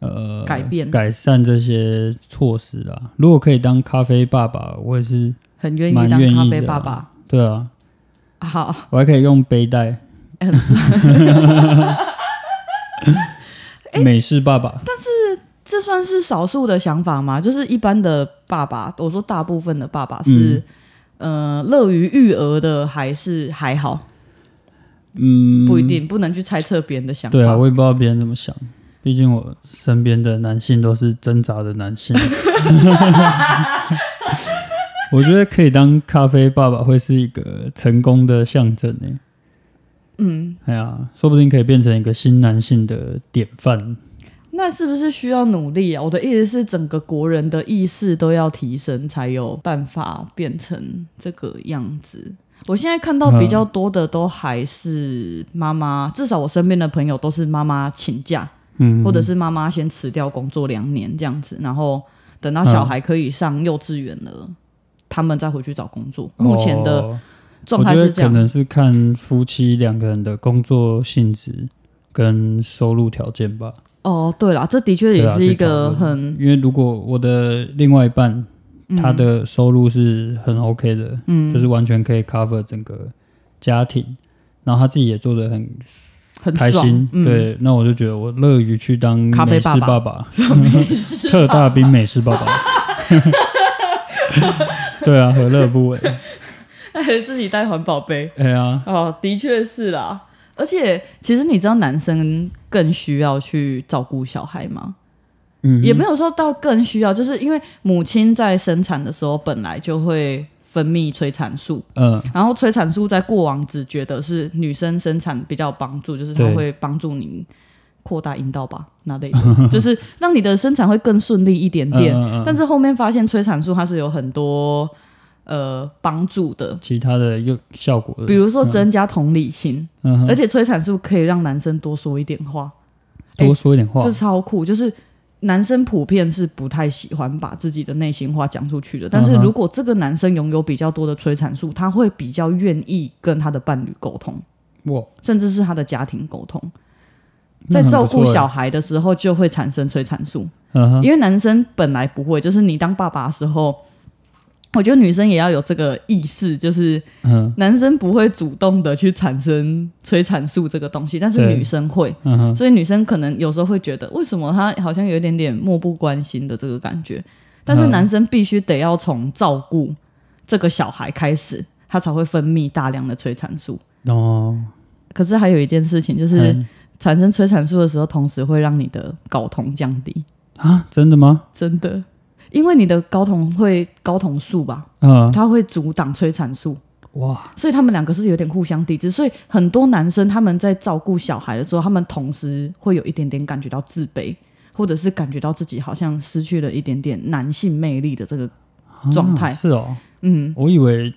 S1: 呃
S2: 改变
S1: 改善这些措施啦。如果可以当咖啡爸爸，我也是
S2: 很愿意
S1: 蛮
S2: 当
S1: 愿
S2: 咖
S1: 意
S2: 啡
S1: 的
S2: 爸
S1: 啊
S2: 爸。
S1: 对啊，
S2: 好，
S1: 我还可以用背带，
S2: 很帅。
S1: 美式爸爸，
S2: 这算是少数的想法吗？就是一般的爸爸，我说大部分的爸爸是、呃乐于育儿的，还是还好？
S1: 嗯，
S2: 不一定，不能去猜测别人的想法。
S1: 对啊，我也不知道别人怎么想，毕竟我身边的男性都是挣扎的男 性。我觉得可以当咖啡爸爸会是一个成功的象征呢。
S2: 嗯，
S1: 哎呀，说不定可以变成一个新男性的典范。
S2: 那是不是需要努力啊？我的意思是，整个国人的意识都要提升，才有办法变成这个样子。我现在看到
S1: 嗯
S2: 比较多的都还是妈妈，至少我身边的朋友都是妈妈请假，
S1: 嗯，
S2: 或者是妈妈先辞掉工作两年这样子，然后等到
S1: 嗯
S2: 小孩可以上幼稚园了，他们再回去找工作。目前的
S1: 哦
S2: 状态
S1: 我
S2: 是
S1: 觉
S2: 这
S1: 得可
S2: 样。
S1: 能是看夫妻两个人的工作性质跟收入条件吧。
S2: 哦，对啦，这的确
S1: 对
S2: 也
S1: 啊
S2: 是一
S1: 去讨
S2: 个
S1: 论
S2: 很
S1: 因为如果我的另外一半他的收入是很 OK 的，
S2: 嗯
S1: 就是完全可以 cover 整个家庭，然后他自己也做的很
S2: 很
S1: 开
S2: 爽
S1: 心，
S2: 嗯、
S1: 对，那我就觉得我乐于去当
S2: 咖啡
S1: 美式
S2: 爸爸
S1: 爸爸， 特大兵美式爸爸，对啊，何乐不为？
S2: 哎， 自己带环保杯。
S1: 哎呀，
S2: 哦，的确是啦。而且，其实你知道男生更需要去照顾小孩吗？
S1: 嗯哼，
S2: 也没有说到更需要，就是因为母亲在生产的时候本来就会分泌催产素，
S1: 嗯
S2: 然后催产素在过往只觉得是女生生产比较有帮助，就是它
S1: 对
S2: 会帮助你扩大阴道吧那类 的，就是让你的生产会更顺利一点
S1: 嗯
S2: 点。
S1: 嗯
S2: 但是后面发现催产素它是有很多呃帮助的，
S1: 其他的又效果的，
S2: 比如说增加同理心。
S1: 嗯哼
S2: 而且催产素可以让男生多说一点话，
S1: 多说一点话
S2: 哎这，超酷。就是男生普遍是不太喜欢把自己的内心话讲出去的，但是
S1: 嗯哼
S2: 如果这个男生拥有比较多的催产素，他会比较愿意跟他的伴侣沟通，
S1: 哇，
S2: 甚至是他的家庭沟通。
S1: 那
S2: 在
S1: 很不
S2: 照顾
S1: 错欸
S2: 小孩的时候，就会产生催产素，
S1: 嗯哼，
S2: 因为男生本来不会，就是你当爸爸的时候，我觉得女生也要有这个意识，就是
S1: 嗯
S2: 男生不会主动的去产生催产素这个东西，但是
S1: 对
S2: 女生会，
S1: 嗯哼，
S2: 所以女生可能有时候会觉得，为什么她好像有一点点漠不关心的这个感觉？但是
S1: 嗯
S2: 男生必须得要从照顾这个小孩开始，他才会分泌大量的催产素。
S1: 哦，
S2: 可是还有一件事情，就是
S1: 嗯
S2: 产生催产素的时候，同时会让你的睾酮降低，
S1: 啊，真的吗？
S2: 真的，因为你的睾酮会睾酮素吧，
S1: 嗯，
S2: 它会阻挡催产素，
S1: 哇，
S2: 所以他们两个是有点互相抵制。所以很多男生他们在照顾小孩的时候，他们同时会有一点点感觉到自卑，或者是感觉到自己好像失去了一点点男性魅力的这个，
S1: 啊
S2: 状态
S1: 是哦，
S2: 嗯，
S1: 我以为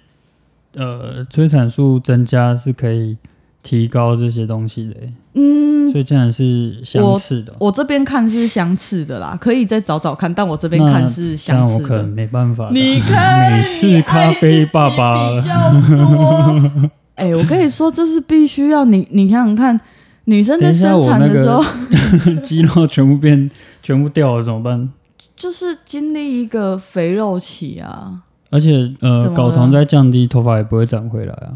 S1: 呃催产素增加是可以提高这些东西的欸，
S2: 嗯。
S1: 所以竟然是相似的哦。
S2: 我这边看是相似的啦，可以再找找看，但我这边
S1: 那
S2: 看是
S1: 这
S2: 相
S1: 样
S2: 似
S1: 我可能
S2: 的。
S1: 没办法打。
S2: 你看，
S1: 美式咖啡爸爸
S2: 你爱自己比较多。 哎、我跟你说，这是必须要你，你想想看，女生在
S1: 等一下
S2: 生
S1: 我
S2: 产
S1: 那
S2: 的时候
S1: 个， 肌肉全部变全部掉了怎么办？
S2: 就是经历一个肥肉期啊。
S1: 而且呃
S2: 怎，么
S1: 睾酮
S2: 了
S1: 在降低，头发也不会长回来 啊，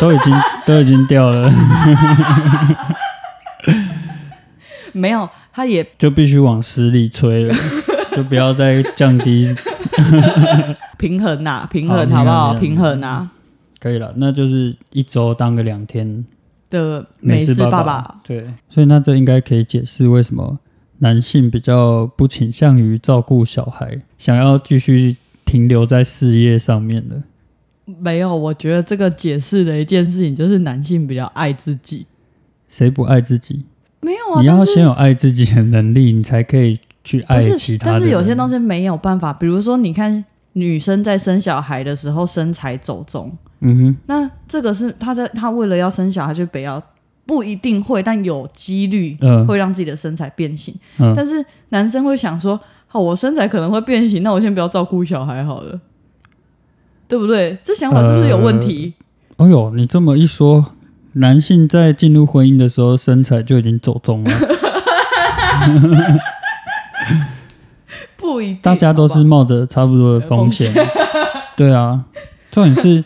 S1: 都已经都已经掉了，
S2: 没有，他也
S1: 就必须往死里吹了，就不要再降低
S2: 平衡呐、平
S1: 好
S2: 衡
S1: 哦平
S2: 好不
S1: 衡
S2: 好？
S1: 平衡嗯
S2: 平衡啊呐、
S1: 可以了，那就是一周当个两天
S2: 的
S1: 美
S2: 式
S1: 式
S2: 爸
S1: 爸对，所以那这应该可以解释为什么男性比较不倾向于照顾小孩，想要继续停留在事业上面的。
S2: 没有，我觉得这个解释的一件事情就是男性比较爱自己。
S1: 谁不爱自己？
S2: 没有啊，
S1: 你要
S2: 但是
S1: 先有爱自己的能力，你才可以去
S2: 不
S1: 爱其
S2: 是，
S1: 他的人。
S2: 但是有些东西没有办法，比如说你看女生在生小孩的时候身材走中，
S1: 嗯哼，
S2: 那这个是她在她为了要生小孩就比较不一定会，但有几率
S1: 嗯
S2: 会让自己的身材变形。
S1: 嗯
S2: 但是男生会想说，好，我身材可能会变形，那我先不要照顾小孩好了，对不对？这想法是不是有问题？
S1: 哦呦，你这么一说，男性在进入婚姻的时候，身材就已经走中了。
S2: 不一定，
S1: 呃大家都是
S2: 好吧
S1: 冒着差不多的风险。 对啊，重点是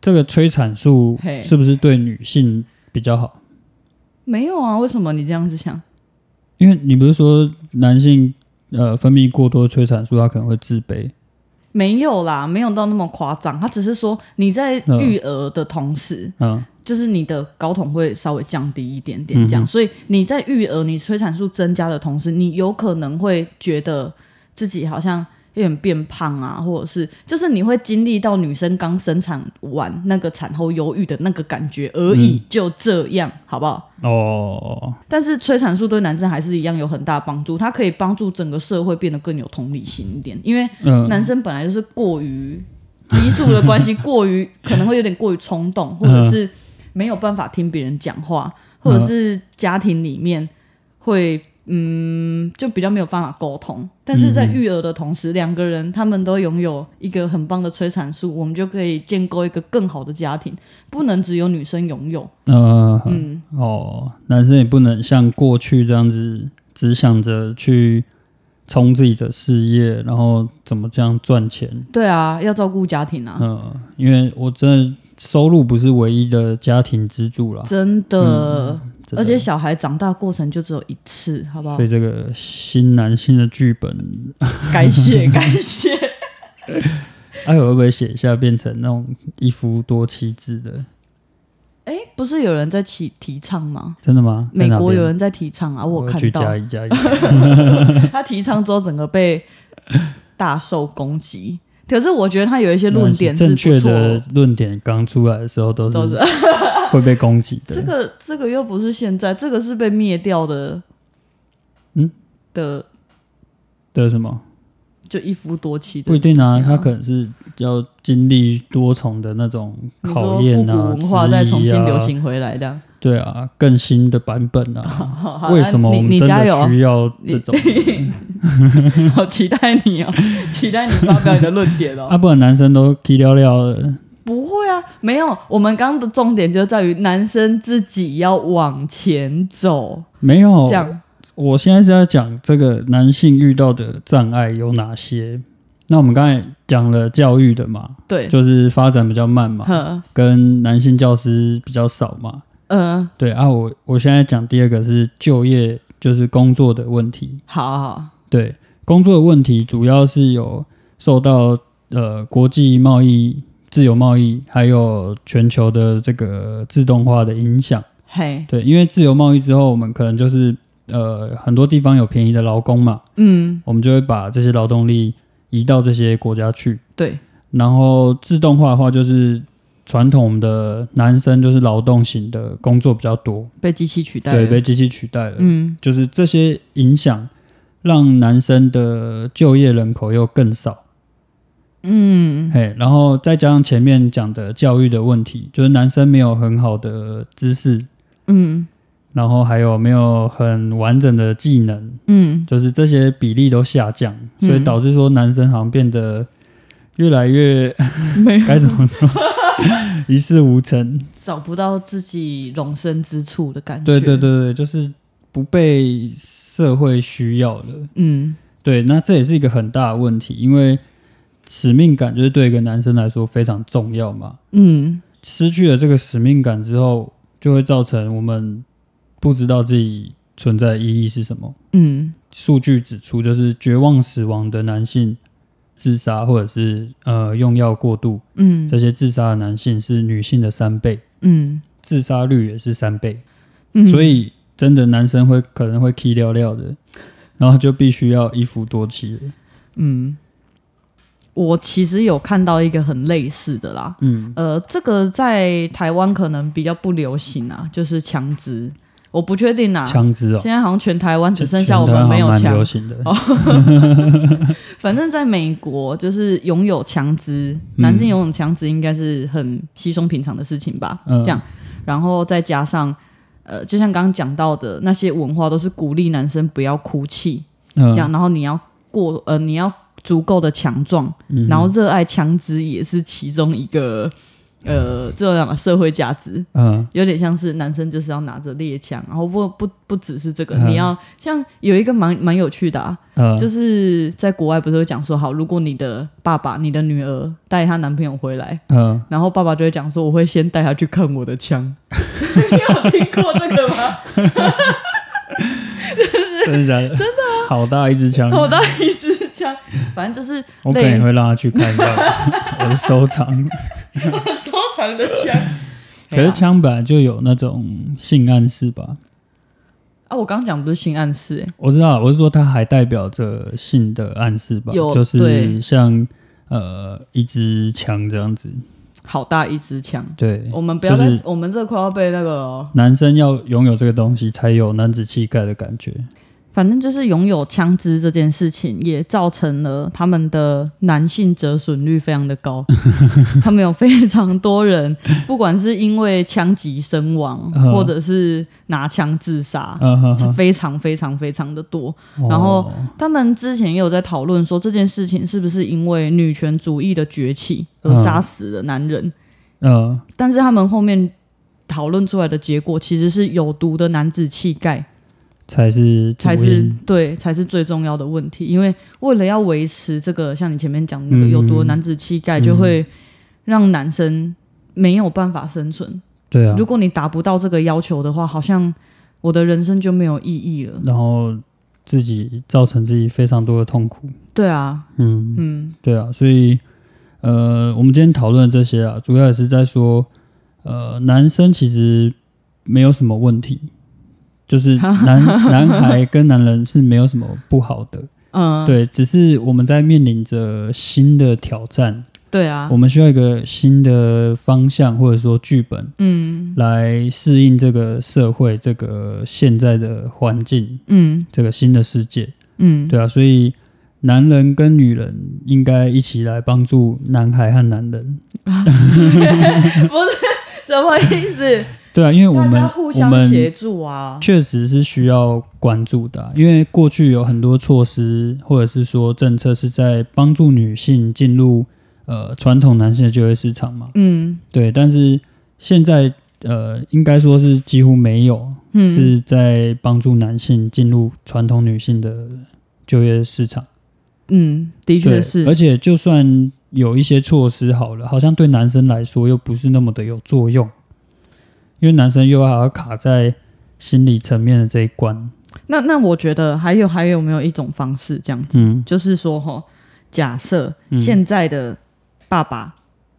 S1: 这个催产素
S2: 嘿
S1: 是不是对女性比较好？
S2: 没有啊？为什么你这样子想？
S1: 因为你不是说男性呃分泌过多催产素，他可能会自卑。
S2: 没有啦，没有到那么夸张。他只是说你在育儿的同时，
S1: 嗯，
S2: 就是你的睾酮会稍微降低一点点，这样。
S1: 嗯哼
S2: 所以你在育儿、你催产素增加的同时，你有可能会觉得自己好像有点变胖啊，或者是就是你会经历到女生刚生产完那个产后忧郁的那个感觉而
S1: 嗯
S2: 已，就这样，好不好？
S1: 哦，
S2: 但是催产素对男生还是一样有很大帮助，它可以帮助整个社会变得更有同理心一点，因为
S1: 嗯、
S2: 男生本来就是过于激素的关系，过于可能会有点过于冲动，或者是没有办法听别人讲话，或者是家庭里面会嗯就比较没有办法沟通。但是在
S1: 嗯
S2: 育儿的同时，两个人他们都拥有一个很棒的催产素，我们就可以建构一个更好的家庭，不能只有女生拥有。
S1: 呃，
S2: 嗯，
S1: 哦，男生也不能像过去这样子，只想着去冲自己的事业，然后怎么这样赚钱。
S2: 对啊，要照顾家庭啊。
S1: 嗯、因为我真的收入不是唯一的家庭支柱啦，
S2: 真的，
S1: 嗯真的
S2: 而且小孩长大过程就只有一次，好不好
S1: 所以？这个新男性的剧本，
S2: 该谢该谢。
S1: 哎、啊，会不会写一下变成那种一夫多妻制的？
S2: 哎、不是有人在提提倡吗？
S1: 真的吗？在
S2: 美
S1: 哪
S2: 国
S1: 边
S2: 有人在提倡啊，我有
S1: 去
S2: 看
S1: 加
S2: 到
S1: 一加一，
S2: 他提倡之后，整个被大受攻击。可是我觉得他有一些论点是
S1: 正
S2: 不
S1: 确
S2: 错
S1: 的嗯论点刚出来的时候都
S2: 都
S1: 是会被攻击
S2: 啊 这
S1: 的。
S2: 个这个又不是现在，这个是被灭掉的，
S1: 嗯
S2: 的，
S1: 对什么？
S2: 就一夫多妻的
S1: 不一定啊，
S2: 事情
S1: 他可能是要经历多重的那种
S2: 你说
S1: 考
S2: 复
S1: 验
S2: 古
S1: 啊、
S2: 文化再重
S1: 质疑
S2: 新
S1: 啊
S2: 流，行回来的。
S1: 对啊，更新的版本啊。
S2: 好好
S1: 为
S2: 那
S1: 什么我
S2: 你
S1: 们
S2: 你
S1: 真
S2: 加
S1: 的
S2: 油？
S1: 需要这种
S2: 好期待你哦，期待你发表你的论点哦。
S1: 啊？不然男生都低撩撩的，
S2: 不会啊，没有，我们刚刚的重点就在于男生自己要往前走，
S1: 没有
S2: 这。样
S1: 我现在是在讲这个男性遇到的障碍有哪些。那我们刚才讲了教育的嘛，
S2: 对。
S1: 就是发展比较慢 嘛，
S2: 嗯
S1: 跟男性教师比较少嘛。
S2: 嗯，
S1: 对啊，我我现在讲第二个是就业，就是工作的问题。
S2: 好好，
S1: 对，工作的问题主要是有受到呃国际贸易、自由贸易，还有全球的这个自动化的影响。
S2: 嘿，
S1: 对，因为自由贸易之后，我们可能就是呃很多地方有便宜的劳工嘛，
S2: 嗯，
S1: 我们就会把这些劳动力移到这些国家去。
S2: 对，
S1: 然后自动化的话，就是传统的男生就是劳动型的工作比较多，
S2: 被机器取代了，
S1: 对，被机器取代了。
S2: 嗯，
S1: 就是这些影响，让男生的就业人口又更少。嗯，嘿，然后再加上前面讲的教育的问题，就是男生没有很好的知识，
S2: 嗯
S1: 然后还有没有很完整的技能，
S2: 嗯，
S1: 就是这些比例都下降，
S2: 嗯
S1: 所以导致说男生好像变得越来越
S2: 没
S1: 该怎么说，一事无成。
S2: 找不到自己容身之处的感觉，
S1: 对对，对对，就是不被社会需要了。
S2: 嗯，
S1: 对，那这也是一个很大的问题，因为使命感就是对一个男生来说非常重要嘛。
S2: 嗯，
S1: 失去了这个使命感之后，就会造成我们不知道自己存在的意义是什么。
S2: 嗯，
S1: 数据指出，就是绝望死亡的男性自杀，或者是呃用药过度，
S2: 嗯，
S1: 这些自杀的男性是女性的三倍，
S2: 嗯，
S1: 自杀率也是三倍。
S2: 嗯，
S1: 所以真的男生会可能会 k 掉掉的，然后就必须要一夫多妻了。
S2: 嗯，我其实有看到一个很类似的啦，
S1: 嗯，
S2: 呃，这个在台湾可能比较不流行啊，就是枪支，我不确定啊。
S1: 枪支哦。
S2: 现在好像全台湾 只
S1: 就
S2: 剩下我们没有哦
S1: 全台湾还蛮
S2: 枪哦
S1: 流，行的。
S2: 反正在美国就是拥有枪支，
S1: 嗯
S2: 男性拥有枪支应该是很稀松平常的事情吧？
S1: 嗯
S2: 这样，然后再加上呃，就像刚刚讲到的那些文化，都是鼓励男生不要哭泣，这样，
S1: 嗯，
S2: 然后你要过呃，你要足够的强壮，
S1: 嗯
S2: 然后热爱枪支也是其中一个呃，这叫什么社会价值？
S1: 嗯
S2: 有点像是男生就是要拿着猎枪，然后不不不只是这个，
S1: 嗯
S2: 你要像有一个蛮蛮有趣的、啊，
S1: 嗯，
S2: 就是在国外不是会讲说，好，如果你的爸爸、你的女儿带她男朋友回来，
S1: 嗯，
S2: 然后爸爸就会讲说，我会先带她去看我的枪。你有听过这个吗？
S1: 真的假的？真的、
S2: 啊
S1: 好大一支枪，
S2: 好大一支枪，反正就是
S1: 我可能会让他去看一下 我我的收
S2: 啊
S1: 藏。
S2: 收藏的枪。
S1: 可是枪本来就有那种性暗示吧？
S2: 啊，我刚刚讲不是性暗示、欸，
S1: 我知道，我是说它还代表着性的暗示吧？
S2: 有
S1: 就是
S2: 对
S1: 像呃一支枪这样子，
S2: 好大一支枪。
S1: 对，
S2: 我们不
S1: 嗯
S2: 要
S1: 就
S2: 再，
S1: 是
S2: 我们这快要被那个哦、
S1: 男生要拥有这个东西才有男子气概的感觉。
S2: 反正就是拥有枪支这件事情，也造成了他们的男性折损率非常 的高。他们有非常多人，不管是因为枪击身亡，
S1: 嗯
S2: 或者是拿枪自杀，
S1: 嗯哦哼
S2: 是
S1: 哼，
S2: 非常非常非常的多。啊然后他们之前也有在讨论说，这件事情是不是因为女权主义的崛起而杀死了男人？
S1: 嗯、
S2: 但是他们后面讨论出来的结果，其实是有毒的男子气概
S1: 才是主
S2: 才是
S1: 因
S2: 对，才是最重要的问题。因为为了要维持这个，像你前面讲的那个
S1: 嗯
S2: 有毒的男子气概，
S1: 嗯
S2: 就会让男生没有办法生存。
S1: 对啊
S2: 如，果你达不到这个要求的话，好像我的人生就没有意义了。
S1: 然后自己造成自己非常多的痛苦。
S2: 对啊，
S1: 嗯，
S2: 嗯，
S1: 对啊，所以呃，我们今天讨论的这些啊，主要也是在说，呃，男生其实没有什么问题，就是男男孩跟男人是没有什么不好的，
S2: 嗯，
S1: 对，只是我们在面临着新的挑战，
S2: 对啊
S1: 我，们需要一个新的方向或者说剧本
S2: 嗯
S1: 来适应这个社会、这个现在的环境、
S2: 嗯
S1: 这个新的世界。
S2: 嗯，
S1: 对啊，所以男人跟女人应该一起来帮助男孩和男人。
S2: 什么意思？
S1: 对啊，因为我
S2: 大
S1: 们
S2: 家互
S1: 我
S2: 相协
S1: 们
S2: 助啊。
S1: 确实是需要关注的啊、因为过去有很多措施或者是说政策是在帮助女性进入呃传统男性的就业市场嘛。
S2: 嗯
S1: 对，但是现在呃应该说是几乎没有，
S2: 嗯，
S1: 是在帮助男性进入传统女性的就业市场。
S2: 嗯，的
S1: 对，
S2: 确是，
S1: 而且就算有一些措施好了，好像对男生来说又不是那么的有作用，因为男生又还要卡在心理层面的这一关。
S2: 那那我觉得还有还有没有一种方式这样子，
S1: 嗯，
S2: 就是说哈，假设
S1: 嗯
S2: 现在的爸爸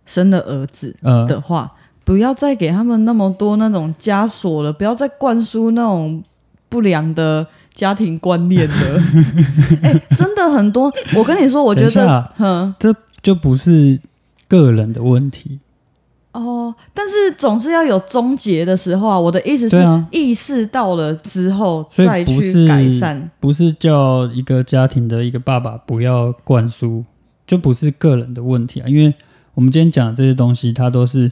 S2: 生了儿子
S1: 呃，
S2: 的话，不要再给他们那么多那种枷锁了，不要再灌输那种不良的家庭观念 了。哎、真的很多，我跟你说，我觉
S1: 等一
S2: 得，
S1: 下
S2: 嗯。
S1: 就不是个人的问题。
S2: 哦，但是总是要有终结的时候啊！我的意思是
S1: 对，啊，
S2: 意识到了之后
S1: 所以
S2: 再
S1: 不
S2: 去
S1: 是
S2: 改善。
S1: 不是叫一个家庭的一个爸爸不要灌输，就不是个人的问题啊。因为我们今天讲的这些东西，它都是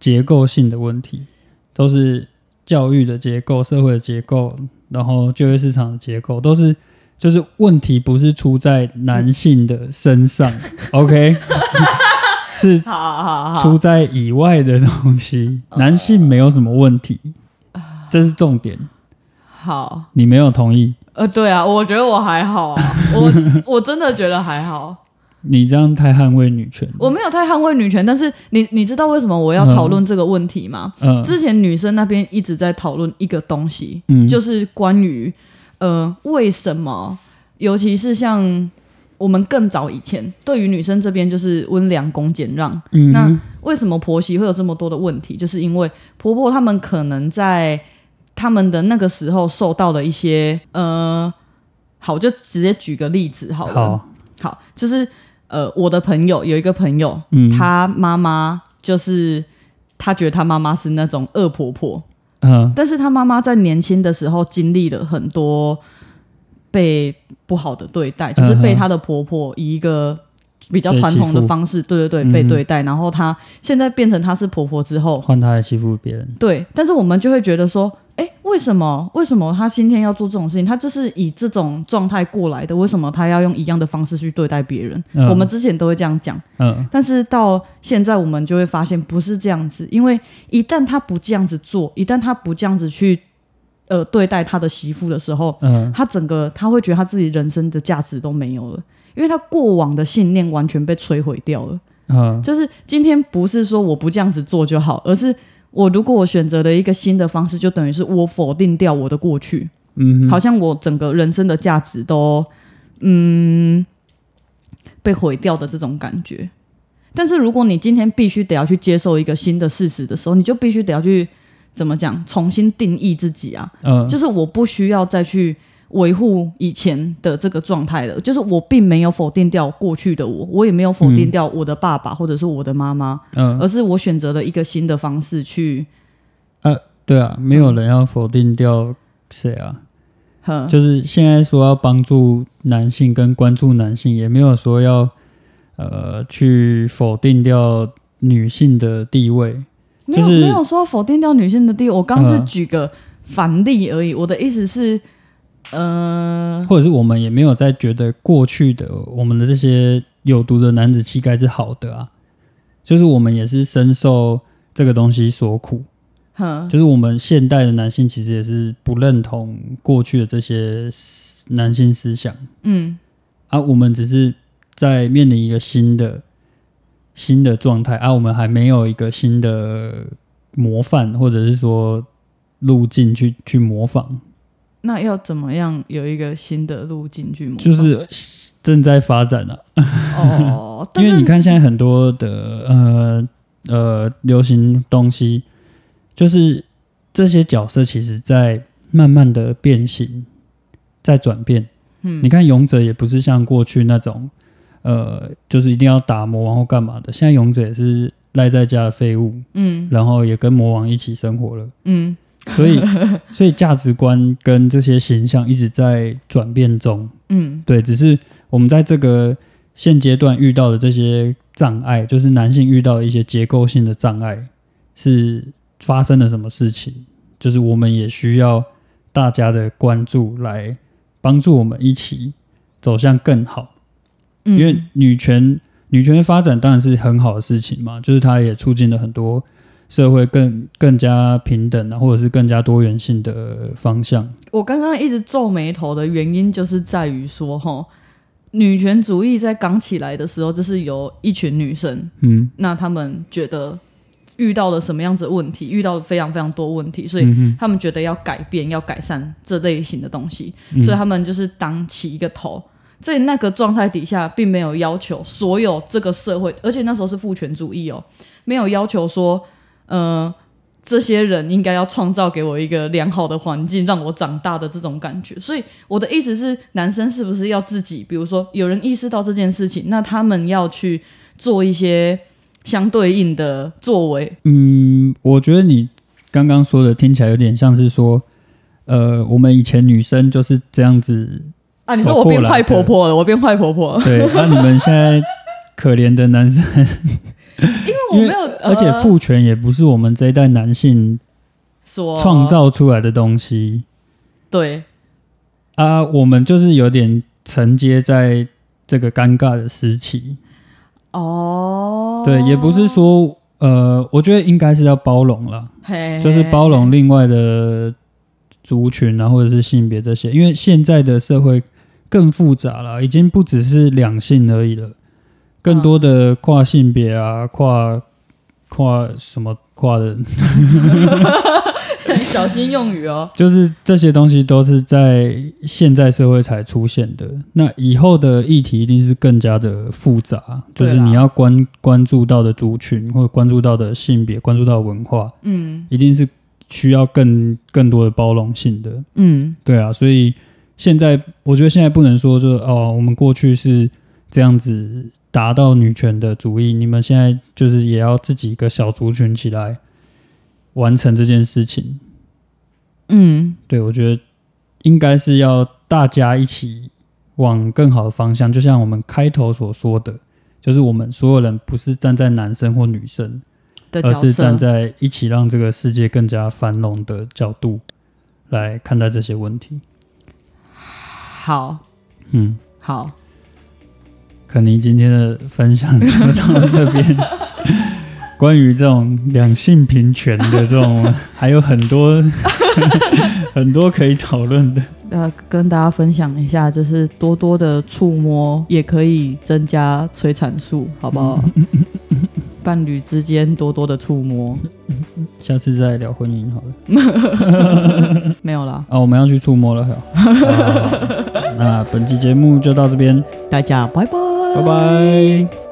S1: 结构性的问题，都是教育的结构、社会的结构，然后就业市场的结构，都是就是问题不是出在男性的身上，OK，是
S2: 好好好，
S1: 出在以外的东西。男性没有什么问题，这是重点。
S2: 好，
S1: 你没有同意？
S2: 呃，对啊，我觉得我还好啊，我 我真的觉得还好，
S1: 你这样太捍卫女权了。
S2: 我没有太捍卫女权，但是你你知道为什么我要讨论这个问题吗？
S1: 嗯，
S2: 之前女生那边一直在讨论一个东西，
S1: 嗯
S2: 就是关于呃为什么，尤其是像我们更早以前，对于女生这边就是温良恭俭让，
S1: 嗯
S2: 那
S1: 哼
S2: 为什么婆媳会有这么多的问题？就是因为婆婆她们可能在他们的那个时候受到了一些呃，好，我就直接举个例子好了。
S1: 好，
S2: 好就是呃，我的朋友有一个朋友，
S1: 嗯，
S2: 她妈妈就是她觉得她妈妈是那种恶婆婆，
S1: 嗯
S2: 但是她妈妈在年轻的时候经历了很多被不好的对待，就是被
S1: 嗯哼
S2: 她的婆婆以一个比较
S1: 被
S2: 传
S1: 欺
S2: 统的
S1: 负
S2: 方式，对对
S1: 嗯
S2: 对，被对待。然后她现在变成她是婆婆之后，
S1: 换他来欺负别人，
S2: 对，但是我们就会觉得说，哎，为什么？为什么她今天要做这种事情？她就是以这种状态过来的，为什么她要用一样的方式去对待别人？
S1: 嗯
S2: 我们之前都会这样讲。
S1: 嗯
S2: 但是到现在，我们就会发现不是这样子，因为一旦他不这样子做，一旦他不这样子去呃对待他的媳妇的时候，
S1: 嗯，
S2: 他整个他会觉得他自己人生的价值都没有了，因为他过往的信念完全被摧毁掉了。
S1: 嗯，
S2: 就是今天不是说我不这样子做就好，而是我如果我选择了一个新的方式，就等于是我否定掉我的过去。
S1: 嗯嗯哼，
S2: 好像我整个人生的价值都嗯被毁掉的这种感觉。但是如果你今天必须得要去接受一个新的事实的时候，你就必须得要去怎么讲，重新定义自己啊。
S1: 嗯，
S2: 就是我不需要再去维护以前的这个状态了，就是我并没有否定掉过去的我，我也没有否定掉我的爸爸或者是我的妈妈，
S1: 嗯，
S2: 而是我选择了一个新的方式去，
S1: 对啊，没有人要否定掉谁啊，
S2: 呵，
S1: 就是现在说要帮助男性跟关注男性，也没有说要呃去否定掉女性的地位。
S2: 没有、
S1: 就是
S2: 没有说否定掉女性的地位，我刚刚是
S1: 嗯
S2: 举个反例而已，我的意思是，呃，
S1: 或者是我们也没有在觉得过去的我们的这些有毒的男子气概是好的啊，就是我们也是深受这个东西所苦，
S2: 呵，
S1: 就是我们现代的男性其实也是不认同过去的这些思男性思想
S2: 嗯
S1: 啊，我们只是在面临一个新的新的状态啊，我们还没有一个新的模范或者是说路径去去模仿，
S2: 那要怎么样有一个新的路径去模仿？
S1: 就是正在发展啊。
S2: 哦， 但
S1: 因
S2: 是
S1: 为你看现在很多的呃呃流行东西，就是这些角色其实在慢慢的变形，在转变。
S2: 嗯
S1: 你看勇者也不是像过去那种呃，就是一定要打魔王或干嘛的，现在勇者也是赖在家的废物，
S2: 嗯
S1: 然后也跟魔王一起生活了，
S2: 嗯
S1: 所以 所以价值观跟这些形象一直在转变中。
S2: 嗯
S1: 对，只是我们在这个现阶段遇到的这些障碍，就是男性遇到的一些结构性的障碍，是发生了什么事情？就是我们也需要大家的关注来帮助我们一起走向更好。
S2: 嗯，
S1: 因为女权女权发展当然是很好的事情嘛，就是它也促进了很多社会更更加平等啊，或者是更加多元性的方向。
S2: 我刚刚一直皱眉头的原因，就是在于说，哈，女权主义在刚起来的时候，就是有一群女生，
S1: 嗯，
S2: 那她们觉得遇到了什么样子的问题，遇到了非常非常多问题，所以
S1: 嗯哼
S2: 她们觉得要改变、要改善这类型的东西，
S1: 嗯
S2: 所以她们就是当起一个头。在那个状态底下，并没有要求所有这个社会，而且那时候是父权主义哦，没有要求说，呃，这些人应该要创造给我一个良好的环境，让我长大的这种感觉。所以我的意思是，男生是不是要自己，比如说有人意识到这件事情，那他们要去做一些相对应的作为。
S1: 嗯，我觉得你刚刚说的听起来有点像是说，呃，我们以前女生就是这样子，
S2: 啊，你说我变坏婆婆了，我变坏婆婆了，
S1: 对，那、你们现在可怜的男生，因
S2: 因为
S1: 为
S2: 我没有，
S1: 而且
S2: 呃
S1: 父权也不是我们这一代男性
S2: 所
S1: 创造出来的东西
S2: 对，
S1: 啊，我们就是有点承接在这个尴尬的时期，
S2: 哦，
S1: 对，也不是说，呃，我觉得应该是要包容了。
S2: 嘿，
S1: 就是包容另外的族群啊，或者是性别这些，因为现在的社会更复杂了，已经不只是两性而已了，更多的跨性别啊，跨跨什么跨的，
S2: 小心用语哦，
S1: 就是这些东西都是在现在社会才出现的。那以后的议题一定是更加的复杂，就
S2: 对啦
S1: 是你要关关注到的族群，或者关注到的性别，关注到的文化，
S2: 嗯
S1: 一定是需要更更多的包容性的。
S2: 嗯
S1: 对啊，所以现在我觉得现在不能说就是哦，我们过去是这样子达到女权的主义，你们现在就是也要自己一个小族群起来完成这件事情。
S2: 嗯，
S1: 对我觉得应该是要大家一起往更好的方向，就像我们开头所说的，就是我们所有人不是站在男生或女生，
S2: 的角
S1: 而
S2: 色
S1: 是站在一起让这个世界更加繁荣的角度来看待这些问题。
S2: 好
S1: 嗯。
S2: 好。
S1: 肯尼今天的分享就到这边。 关于这种两性平权的这种，还有很多 很多可以讨论的。
S2: 呃，跟大家分享一下，就是多多的触摸也可以增加 催产素，好不好？伴侣之间多多的触摸，
S1: 下次再聊婚姻好了。
S2: 没有啦，
S1: 啊，我们要去触摸了，还啊有好那本期节目就到这边，
S2: 大家拜拜，
S1: 拜拜。